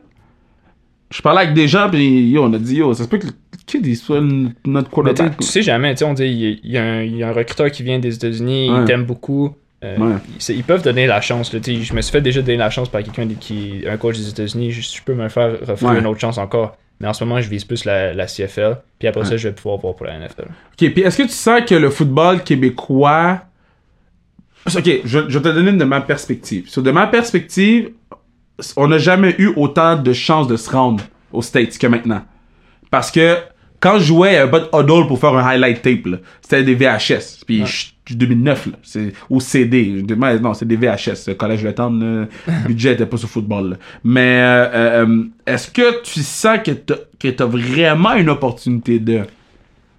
Speaker 1: Je parlais avec des gens puis yo on a dit yo ça se peut que le kid il soit n- notre
Speaker 3: Mais tu sais,
Speaker 1: quarterback.
Speaker 3: tu sais jamais, tu sais, on dit, il y a- il y, a un- il y a un recruteur qui vient des États-Unis,
Speaker 1: Ouais.
Speaker 3: il t'aime beaucoup. Euh,
Speaker 1: Ouais.
Speaker 3: ils- c'est- Ils peuvent donner la chance. là, tu sais, je me suis fait déjà donner la chance par quelqu'un des- qui un coach des États-Unis. Je, je peux me faire refaire
Speaker 1: Ouais.
Speaker 3: une autre chance encore. Mais en ce moment, je vise plus la, la CFL. Puis après ça, je vais pouvoir voir pour la NFL.
Speaker 1: Ok, puis est-ce que tu sens que le football québécois. Ok, je, je vais te donner de ma perspective. So, de ma perspective, on n'a jamais eu autant de chances de se rendre aux States que maintenant. Parce que quand je jouais, il y avait pas de huddle pour faire un highlight tape. là. C'était des VHS. Puis je- 2009, là, c'est- ou CD. Je demande- Non, c'est des VHS. Le collège Le Temps, le budget était pas sur football. là. Mais euh, euh, est-ce que tu sens que t'as que t'as vraiment une opportunité de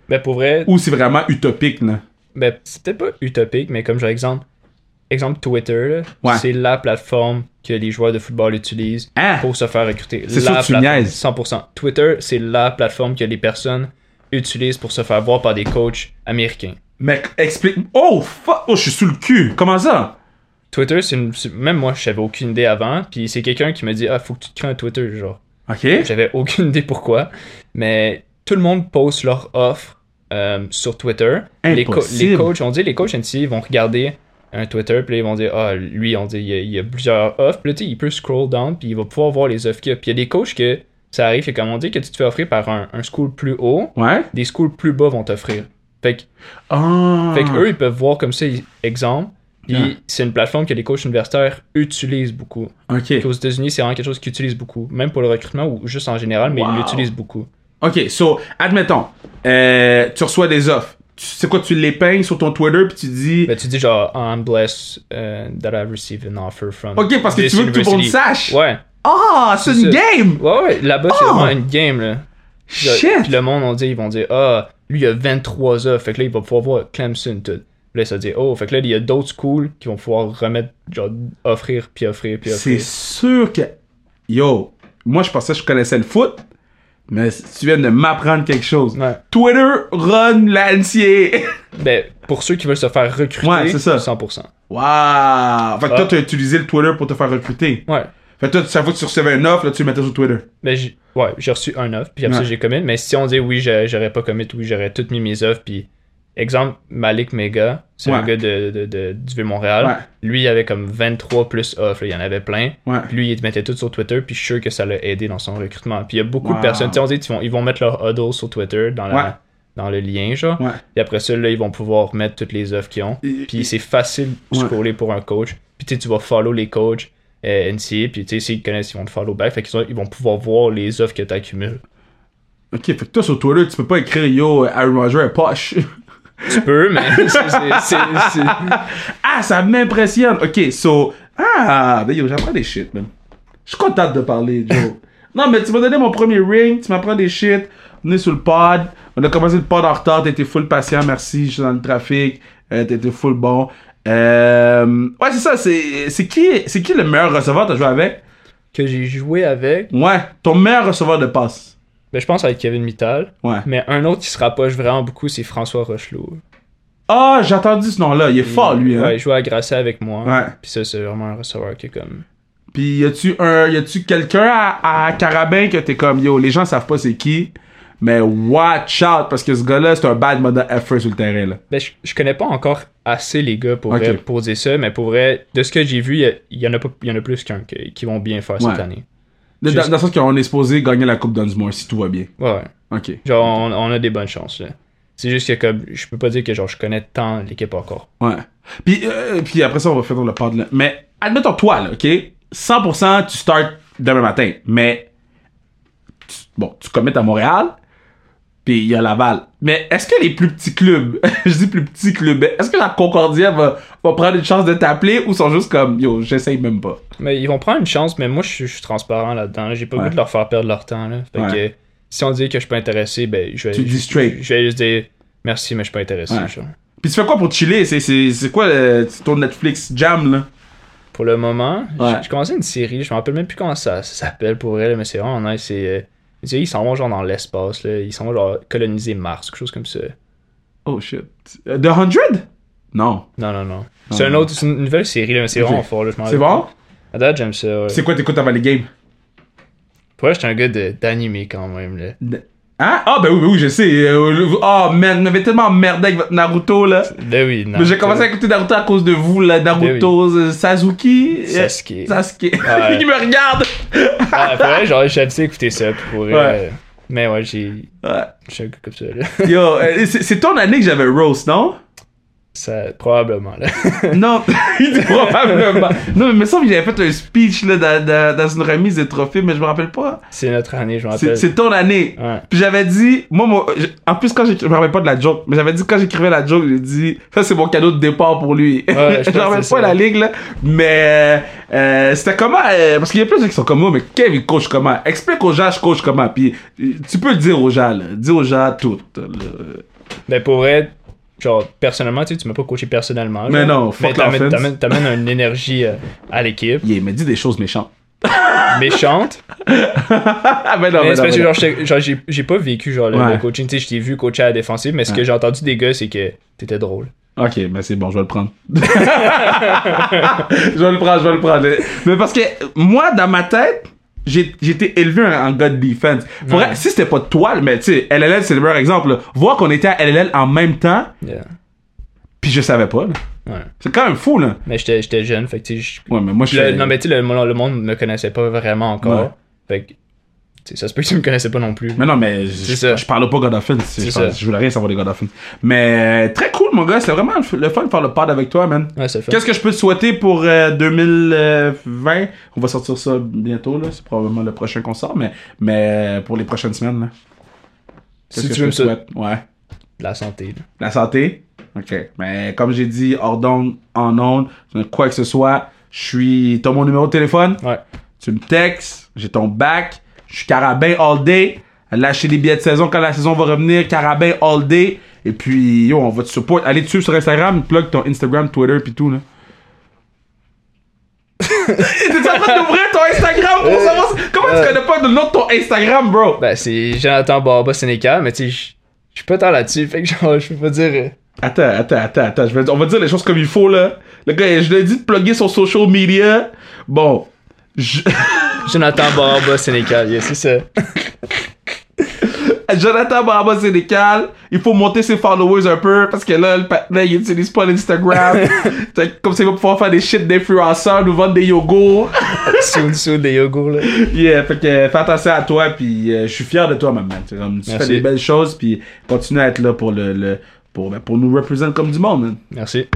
Speaker 3: Mais pour vrai,
Speaker 1: ou c'est vraiment utopique, là.
Speaker 3: ben, c'est peut-être pas utopique, mais comme genre exemple, exemple Twitter, là,
Speaker 1: Ouais.
Speaker 3: c'est la plateforme que les joueurs de football utilisent
Speaker 1: Hein?
Speaker 3: pour se faire recruter.
Speaker 1: C'est sûr
Speaker 3: La
Speaker 1: que tu
Speaker 3: plateforme,
Speaker 1: niaises.
Speaker 3: 100%. Twitter, c'est la plateforme que les personnes utilisent pour se faire voir par des coachs américains.
Speaker 1: Mec, explique. Oh, fuck! Oh, je suis sous le cul! Comment ça?
Speaker 3: Twitter, c'est une- c'est- même moi, je savais aucune idée avant. Puis c'est quelqu'un qui me dit Ah, faut que tu te crées un Twitter, genre.
Speaker 1: Ok.
Speaker 3: J'avais aucune idée pourquoi. Mais tout le monde poste leur offre euh, sur Twitter. Les, co-
Speaker 1: Impossible.
Speaker 3: les coachs, on dit, les coachs NCAA vont regarder un Twitter, puis là, ils vont dire Ah, lui, on dit, il y a, il y a plusieurs offres. Puis là, tu sais, il peut scroll down, puis il va pouvoir voir les offres qu'il y a. Puis il y a des coachs que ça arrive, et comme on dit, que tu te fais offrir par un, un school plus haut,
Speaker 1: Ouais.
Speaker 3: des schools plus bas vont t'offrir. Fait que
Speaker 1: Ah.
Speaker 3: fait que eux, ils peuvent voir comme ça, ils- exemple. Puis
Speaker 1: Ouais.
Speaker 3: c'est une plateforme que les coachs universitaires utilisent beaucoup. Puis
Speaker 1: Ok.
Speaker 3: aux États-Unis, c'est vraiment quelque chose qu'ils utilisent beaucoup. Même pour le recrutement ou juste en général, mais
Speaker 1: Wow.
Speaker 3: ils l'utilisent beaucoup.
Speaker 1: Ok, so, admettons, euh, tu reçois des offres. Tu sais quoi, tu les peignes sur ton Twitter puis tu dis.
Speaker 3: Ben, tu dis genre, I'm blessed euh, that I've received an offer from.
Speaker 1: ok, parce que
Speaker 3: this
Speaker 1: tu veux que tout le monde
Speaker 3: university.
Speaker 1: sache!
Speaker 3: Ouais.
Speaker 1: Ah, c'est une
Speaker 3: C'est ça.
Speaker 1: game!
Speaker 3: Ouais, ouais. Là-bas, c'est
Speaker 1: Oh!
Speaker 3: vraiment une game, là. Genre,
Speaker 1: Shit!
Speaker 3: Puis le monde, on dit, ils vont dire, ah, lui, il a 23 heures. Fait que là, il va pouvoir voir Clemson, tout. Puis là, ça dit, oh, fait que là, il y a d'autres schools qui vont pouvoir remettre, genre, offrir, puis offrir, puis
Speaker 1: C'est
Speaker 3: offrir.
Speaker 1: sûr que. Yo, moi je pensais que je connaissais le foot, Mais si tu viens de m'apprendre quelque chose.
Speaker 3: Ouais.
Speaker 1: Twitter run Lancier.
Speaker 3: Ben, pour ceux qui veulent se faire recruter,
Speaker 1: Ouais, c'est ça.
Speaker 3: 100%.
Speaker 1: Waouh! Fait que
Speaker 3: Ah.
Speaker 1: toi, t'as utilisé le Twitter pour te faire recruter.
Speaker 3: Ouais.
Speaker 1: Fait que toi, tu savais que tu recevais un offre, là, tu le mettais sur Twitter.
Speaker 3: Ben, j'ai- ouais, j'ai reçu un offre, puis après ça,
Speaker 1: Ouais.
Speaker 3: j'ai commit. Mais si on dit oui, j'a- j'aurais pas commit, oui, j'aurais toutes mis mes offres, puis exemple, Malik Mega, c'est un
Speaker 1: Ouais.
Speaker 3: gars de, de, de- du Vieux-Montréal.
Speaker 1: Ouais.
Speaker 3: Lui, il avait comme 23 plus offres, là, il y en avait plein.
Speaker 1: Ouais.
Speaker 3: Puis lui, il mettait tout sur Twitter, puis je suis sûr que ça l'a aidé dans son recrutement. Puis il y a beaucoup
Speaker 1: Wow.
Speaker 3: de personnes, tu sais, on dit, ils vont, ils vont mettre leur huddle sur Twitter dans, la,
Speaker 1: Ouais.
Speaker 3: dans le lien, genre.
Speaker 1: Ouais.
Speaker 3: Puis après ça, là, ils vont pouvoir mettre toutes les offres qu'ils ont.
Speaker 1: Et-
Speaker 3: Puis c'est facile de
Speaker 1: Ouais.
Speaker 3: scroller pour un coach. Puis tu sais, tu vas follow les coachs euh, NCA, puis tu sais, s'ils te connaissent, ils vont te follow back. Fait qu'ils sont- ils vont pouvoir voir les offres que tu accumules.
Speaker 1: Ok, fait que toi, sur Twitter, tu peux pas écrire Yo, Aaron Rodgers est poche. [LAUGHS]
Speaker 3: Tu peux, mais [LAUGHS] c'est- c'est- c'est- c'est-
Speaker 1: ah, ça m'impressionne. Ok, so. Ah, ben yo, j'apprends des shit, man. Je suis content de parler, Joe. non, mais tu m'as donné mon premier ring, tu m'apprends des shit. On est sur le pod. On a commencé le pod en retard, t'étais full patient, merci. Je suis dans le trafic. Euh, t'étais full bon. Euh, ouais, c'est ça. C'est c'est qui, c'est qui le meilleur receveur que t'as joué avec
Speaker 3: que j'ai joué avec.
Speaker 1: Ouais, ton meilleur receveur de passe.
Speaker 3: Ben, je pense avec Kevin Mittal.
Speaker 1: Ouais.
Speaker 3: Mais un autre qui se rapproche vraiment beaucoup, c'est François Rochelot.
Speaker 1: Ah, j'ai entendu ce nom-là. Il est fort, lui. Hein?
Speaker 3: Mm, Ouais, il jouait à Grasset avec moi.
Speaker 1: Ouais.
Speaker 3: Puis ça, c'est vraiment un receveur qui est comme.
Speaker 1: Puis y a-tu un, y a-tu quelqu'un à, à Carabin que t'es comme yo, les gens savent pas c'est qui, mais watch out parce que ce gars-là c'est un bad mode effort sur le terrain là.
Speaker 3: Ben, je, je connais pas encore assez les gars pour,
Speaker 1: Ok.
Speaker 3: vrai pour dire ça, mais pour vrai, de ce que j'ai vu, il y a- il y, en a pas- il y en a plus qu'un que- qui vont bien faire
Speaker 1: Ouais.
Speaker 3: cette année.
Speaker 1: Dans,
Speaker 3: Juste-
Speaker 1: dans le sens qu'on est supposé gagner la coupe d'Unsmore si tout va bien.
Speaker 3: Ouais, ouais.
Speaker 1: Ok.
Speaker 3: Genre, on, on a des bonnes chances, là. C'est juste que, comme, je peux pas dire que, genre, je connais tant l'équipe encore.
Speaker 1: Ouais. Puis euh, puis après ça on va faire le pod là. Mais admettons toi là, ok, 100% tu starts demain matin, mais tu- bon tu commets à Montréal. Puis il y a Laval. Mais est-ce que les plus petits clubs, [LAUGHS] je dis plus petits clubs, mais est-ce que la Concordia va, va prendre une chance de t'appeler ou sont juste comme, yo, j'essaye même pas?
Speaker 3: Mais ils vont prendre une chance, mais moi, je, suis- je suis transparent là-dedans. là. J'ai pas le
Speaker 1: Ouais.
Speaker 3: goût de leur faire perdre leur temps, là. Fait
Speaker 1: Ouais.
Speaker 3: que, si on dit que je suis pas intéressé, ben, je vais.
Speaker 1: Tu dis
Speaker 3: je-
Speaker 1: straight.
Speaker 3: Je vais juste dire merci, mais je suis pas intéressé,
Speaker 1: Ouais.
Speaker 3: genre.
Speaker 1: Puis tu fais quoi pour chiller? C'est, c'est, c'est quoi euh, ton Netflix jam, là?
Speaker 3: Pour le moment,
Speaker 1: Ouais.
Speaker 3: j'ai- j'ai commencé une série, je me rappelle même plus comment ça, ça s'appelle pour elle, mais c'est vraiment nice. c'est, euh, tu sais, ils s'en vont genre dans l'espace, là. ils s'en vont genre coloniser Mars, quelque chose comme ça.
Speaker 1: Oh, shit. Euh, The 100? Non.
Speaker 3: Non, non, non. C'est
Speaker 1: Non,
Speaker 3: un
Speaker 1: non.
Speaker 3: autre, c'est une nouvelle série, là, mais c'est
Speaker 1: Ah. Ok.
Speaker 3: vraiment fort. Là, je m'en
Speaker 1: C'est
Speaker 3: rappelle.
Speaker 1: bon?
Speaker 3: À date, j'aime ça. Ouais.
Speaker 1: C'est quoi t'écoutes avant les games?
Speaker 3: Pour vrai, j'étais un gars de- d'animé quand même. Là.
Speaker 1: Hein? Ah, ben oui, ben oui, je sais. Euh, le- Oh, man, vous m'avez tellement emmerdé avec votre Naruto, là.
Speaker 3: Là, Ben oui, non.
Speaker 1: Mais j'ai commencé à écouter Naruto à cause de vous, là. Naruto, euh, Sasuke. euh,
Speaker 3: Sasuke.
Speaker 1: Sasuke.
Speaker 3: Ouais.
Speaker 1: [LAUGHS] Il me regarde!
Speaker 3: Ah, pour vrai, genre, j'aime ça écouter ça. puis Pour vrai,
Speaker 1: Ouais.
Speaker 3: euh, mais ouais, j'ai.
Speaker 1: Ouais.
Speaker 3: Je suis un gars comme ça, là. [LAUGHS]
Speaker 1: Yo, euh, c'est, c'est ton année que j'avais Rose, [LAUGHS] non?
Speaker 3: ça probablement, là. [LAUGHS]
Speaker 1: Non, [LAUGHS] il dit probablement. Non, mais il me semble qu'il avait fait un speech là, dans, dans- dans une remise de trophées, mais je me rappelle pas.
Speaker 3: c'est notre année, je m'en
Speaker 1: C'est,
Speaker 3: rappelle.
Speaker 1: c'est ton année.
Speaker 3: Ouais.
Speaker 1: Puis j'avais dit, moi, moi, je- en plus, quand j'écri- je me rappelle pas de la joke, mais j'avais dit quand j'écrivais la joke, j'ai dit, ça c'est mon cadeau de départ pour lui. [LAUGHS]
Speaker 3: je pense
Speaker 1: je
Speaker 3: que
Speaker 1: me rappelle
Speaker 3: c'est
Speaker 1: pas
Speaker 3: ça.
Speaker 1: la ligue, là. Mais euh, c'était comment, euh, parce qu'il y a plein de gens qui sont comme moi, mais Kevin coach comment Explique aux gens, je coach comment. Puis euh, tu peux le dire aux gens, là. Dis aux gens tout. là.
Speaker 3: Ben pour vrai, genre personnellement, tu sais, tu m'as pas coaché personnellement.
Speaker 1: Mais
Speaker 3: genre.
Speaker 1: non, fuck
Speaker 3: Mais t'amènes-
Speaker 1: l'offense.
Speaker 3: t'amènes- T'amènes une énergie euh, à l'équipe,
Speaker 1: Yeah, mais dis des choses méchantes. [LAUGHS]
Speaker 3: méchante.
Speaker 1: Ah, mais non,
Speaker 3: mais
Speaker 1: mais non,
Speaker 3: c'est parce
Speaker 1: mais
Speaker 3: que
Speaker 1: non.
Speaker 3: genre, j'étais- genre, j'ai j'ai pas vécu genre le,
Speaker 1: Ouais.
Speaker 3: le coaching. Tu sais, je t'ai vu coacher à la défensive, mais ce que j'ai entendu des gars, c'est que t'étais drôle.
Speaker 1: Ok, mais c'est bon, je vais le prendre. [LAUGHS] je vais le prendre, je vais le prendre. Mais parce que moi, dans ma tête, j'ai j'ai été élevé en en gars de defense. Faudrait-
Speaker 3: Ouais.
Speaker 1: Si c'était pas toi, mais tu sais, LLL, c'est le meilleur exemple. là. Voir qu'on était à LLL en même temps,
Speaker 3: Yeah.
Speaker 1: puis je savais pas. là.
Speaker 3: Ouais.
Speaker 1: C'est quand même fou, là. Mais,
Speaker 3: Mais j'étais j'étais jeune, fait que tu sais, je-
Speaker 1: ouais, mais moi, je
Speaker 3: le-
Speaker 1: suis.
Speaker 3: Non, mais tu sais, le, le monde me connaissait pas vraiment encore.
Speaker 1: Ouais.
Speaker 3: Fait que, tu sais, ça se peut que tu me connaissais pas non plus.
Speaker 1: Mais non, mais je,
Speaker 3: C'est ça.
Speaker 1: je parlais pas God of Fun. Je,
Speaker 3: C'est ça.
Speaker 1: je voulais rien savoir des God of Fun. Mais euh, très cool, mon gars. C'était vraiment le fun de faire le pod avec toi, man.
Speaker 3: Ouais, c'est le fun.
Speaker 1: Qu'est-ce que je peux te souhaiter pour euh, 2020 On va sortir ça bientôt, là. C'est probablement le prochain qu'on sort, mais, mais euh, pour les prochaines semaines, là. Qu'est-ce
Speaker 3: Si
Speaker 1: que
Speaker 3: tu
Speaker 1: je
Speaker 3: veux me
Speaker 1: te
Speaker 3: souhaiter
Speaker 1: souhaite Ouais.
Speaker 3: de la santé. là.
Speaker 1: La santé Ok. Mais comme j'ai dit, hors d'onde, en onde, quoi que ce soit, je suis. T'as mon numéro de téléphone
Speaker 3: Ouais.
Speaker 1: Tu me textes, j'ai ton bac, je suis carabin all day. Lâcher les billets de saison quand la saison va revenir, carabin all day. Et puis, yo, on va te support. Allez te suivre sur Instagram, plug ton Instagram, Twitter, puis tout, là. T'es en train d'ouvrir ton Instagram pour savoir si- comment tu connais pas le nom de ton Instagram, bro.
Speaker 3: Ben, c'est Jonathan Barba Sénécal, mais tu sais, je je suis pas tant là-dessus, fait que genre, je peux pas dire. euh,
Speaker 1: Attends, attends, attends, attends. Je vais- on va dire les choses comme il faut, là. Le gars, je l'ai dit de plugger son social media. Bon. Je-
Speaker 3: Jonathan Barba Sénécal, yeah, c'est ça.
Speaker 1: Jonathan Barba Sénécal, il faut monter ses followers un peu parce que là, le partenaire, il utilise pas l'Instagram. Fait que comme ça, il va pouvoir faire des shit d'influenceurs, nous vendre des yogos.
Speaker 3: Soon, soon, des yogourts, là.
Speaker 1: Yeah, fait que euh, fais attention à toi, puis euh, je suis fier de toi, maman. Tu, sais, comme, tu fais
Speaker 3: Merci.
Speaker 1: des belles choses, puis continue à être là pour le, le- pour, ben, pour nous représenter comme du monde. man.
Speaker 3: Merci.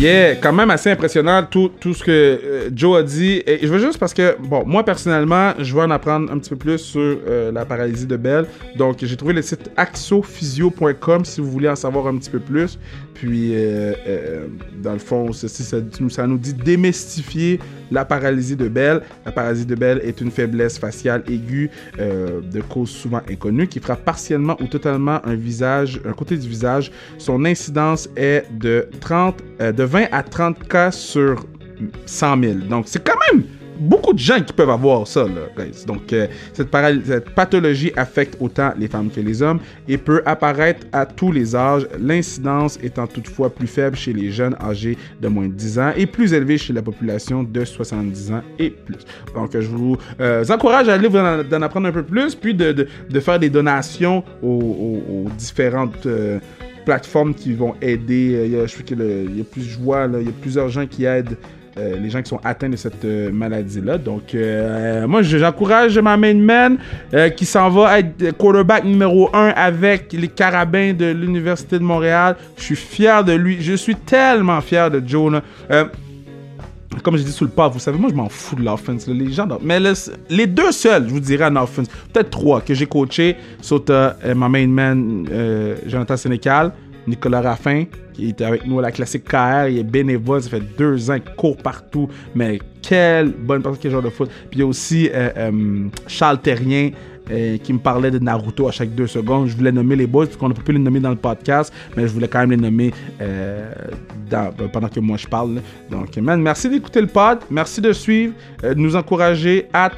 Speaker 1: Yeah, quand même assez impressionnant tout, tout ce que euh, Joe a dit. Et je veux juste parce que, bon, moi personnellement, je veux en apprendre un petit peu plus sur euh, la paralysie de Bell. Donc, j'ai trouvé le site axophysio.com si vous voulez en savoir un petit peu plus. Puis, euh, euh, dans le fond, ceci, ça, ça nous dit démystifier la paralysie de Bell. La paralysie de Bell est une faiblesse faciale aiguë euh, de cause souvent inconnue qui frappe partiellement ou totalement un visage, un côté du visage. Son incidence est de 30, euh, de 20 à 30 cas sur 100 000. Donc c'est quand même beaucoup de gens qui peuvent avoir ça, là, guys. Donc euh, cette, paral- cette pathologie affecte autant les femmes que les hommes et peut apparaître à tous les âges, l'incidence étant toutefois plus faible chez les jeunes âgés de moins de 10 ans et plus élevée chez la population de 70 ans et plus. Donc euh, je vous euh, encourage à aller vous en, d'en apprendre un peu plus, puis de, de- de faire des donations aux, aux- aux différentes... euh, plateformes qui vont aider. Euh, il y a- je sais que le- il y a plus, je vois, là, il y a plusieurs gens qui aident euh, les gens qui sont atteints de cette euh, maladie-là. Donc, euh, moi, je- j'encourage ma main man euh, qui s'en va être quarterback numéro 1 avec les carabins de l'Université de Montréal. Je suis fier de lui. Je suis tellement fier de Joe. là. Euh, comme j'ai dit sous le pas, vous savez, moi je m'en fous de l'offense. là. Les gens, dans- mais le- les deux seuls, je vous dirais, en offense, peut-être trois que j'ai coaché, sont euh, euh, ma main man, euh, Jonathan Sénécal, Nicolas Raffin, qui était avec nous à la classique KR, il est bénévole, ça fait deux ans qu'il court partout, mais quelle bonne personne, quel genre de foot. Puis il y a aussi euh, euh, Charles Terrien, euh, qui me parlait de Naruto à chaque deux secondes. Je voulais nommer les boys, parce qu'on n'a pas pu les nommer dans le podcast, mais je voulais quand même les nommer euh, dans- ben, pendant que moi je parle. là. Donc, man, merci d'écouter le pod, merci de suivre, euh, de nous encourager, at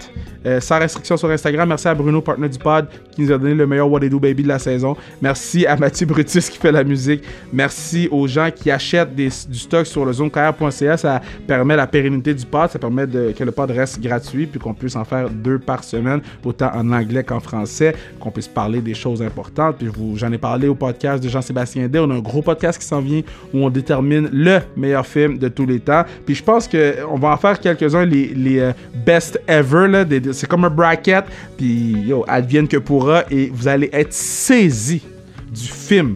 Speaker 1: euh, sans restriction sur Instagram. Merci à Bruno, partenaire du pod, qui nous a donné le meilleur What They Do Baby de la saison. Merci à Mathieu Brutus qui fait la musique. Merci aux gens qui achètent des- du stock sur le zonecarrière.ca. Ça permet la pérennité du pod, ça permet de- que le pod reste gratuit, puis qu'on puisse en faire deux par semaine, autant en anglais qu'en français, qu'on puisse parler des choses importantes. Puis je vous- j'en ai parlé au podcast de Jean-Sébastien Day. On a un gros podcast qui s'en vient où on détermine le meilleur film de tous les temps. Puis je pense qu'on va en faire quelques-uns, les, les, euh, best ever. là. Des- des- C'est comme un bracket. Puis yo, advienne que pourra. Et vous allez être saisi du film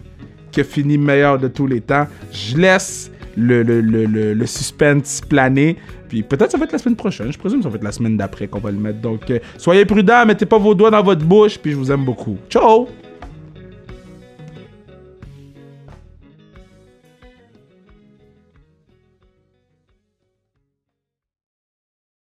Speaker 1: qui a fini meilleur de tous les temps. Je laisse le, le, le, le, le suspense planer. Puis peut-être ça va être la semaine prochaine. Je présume que ça va être la semaine d'après qu'on va le mettre. Donc euh, soyez prudents, mettez pas vos doigts dans votre bouche. Puis je vous aime beaucoup. Ciao!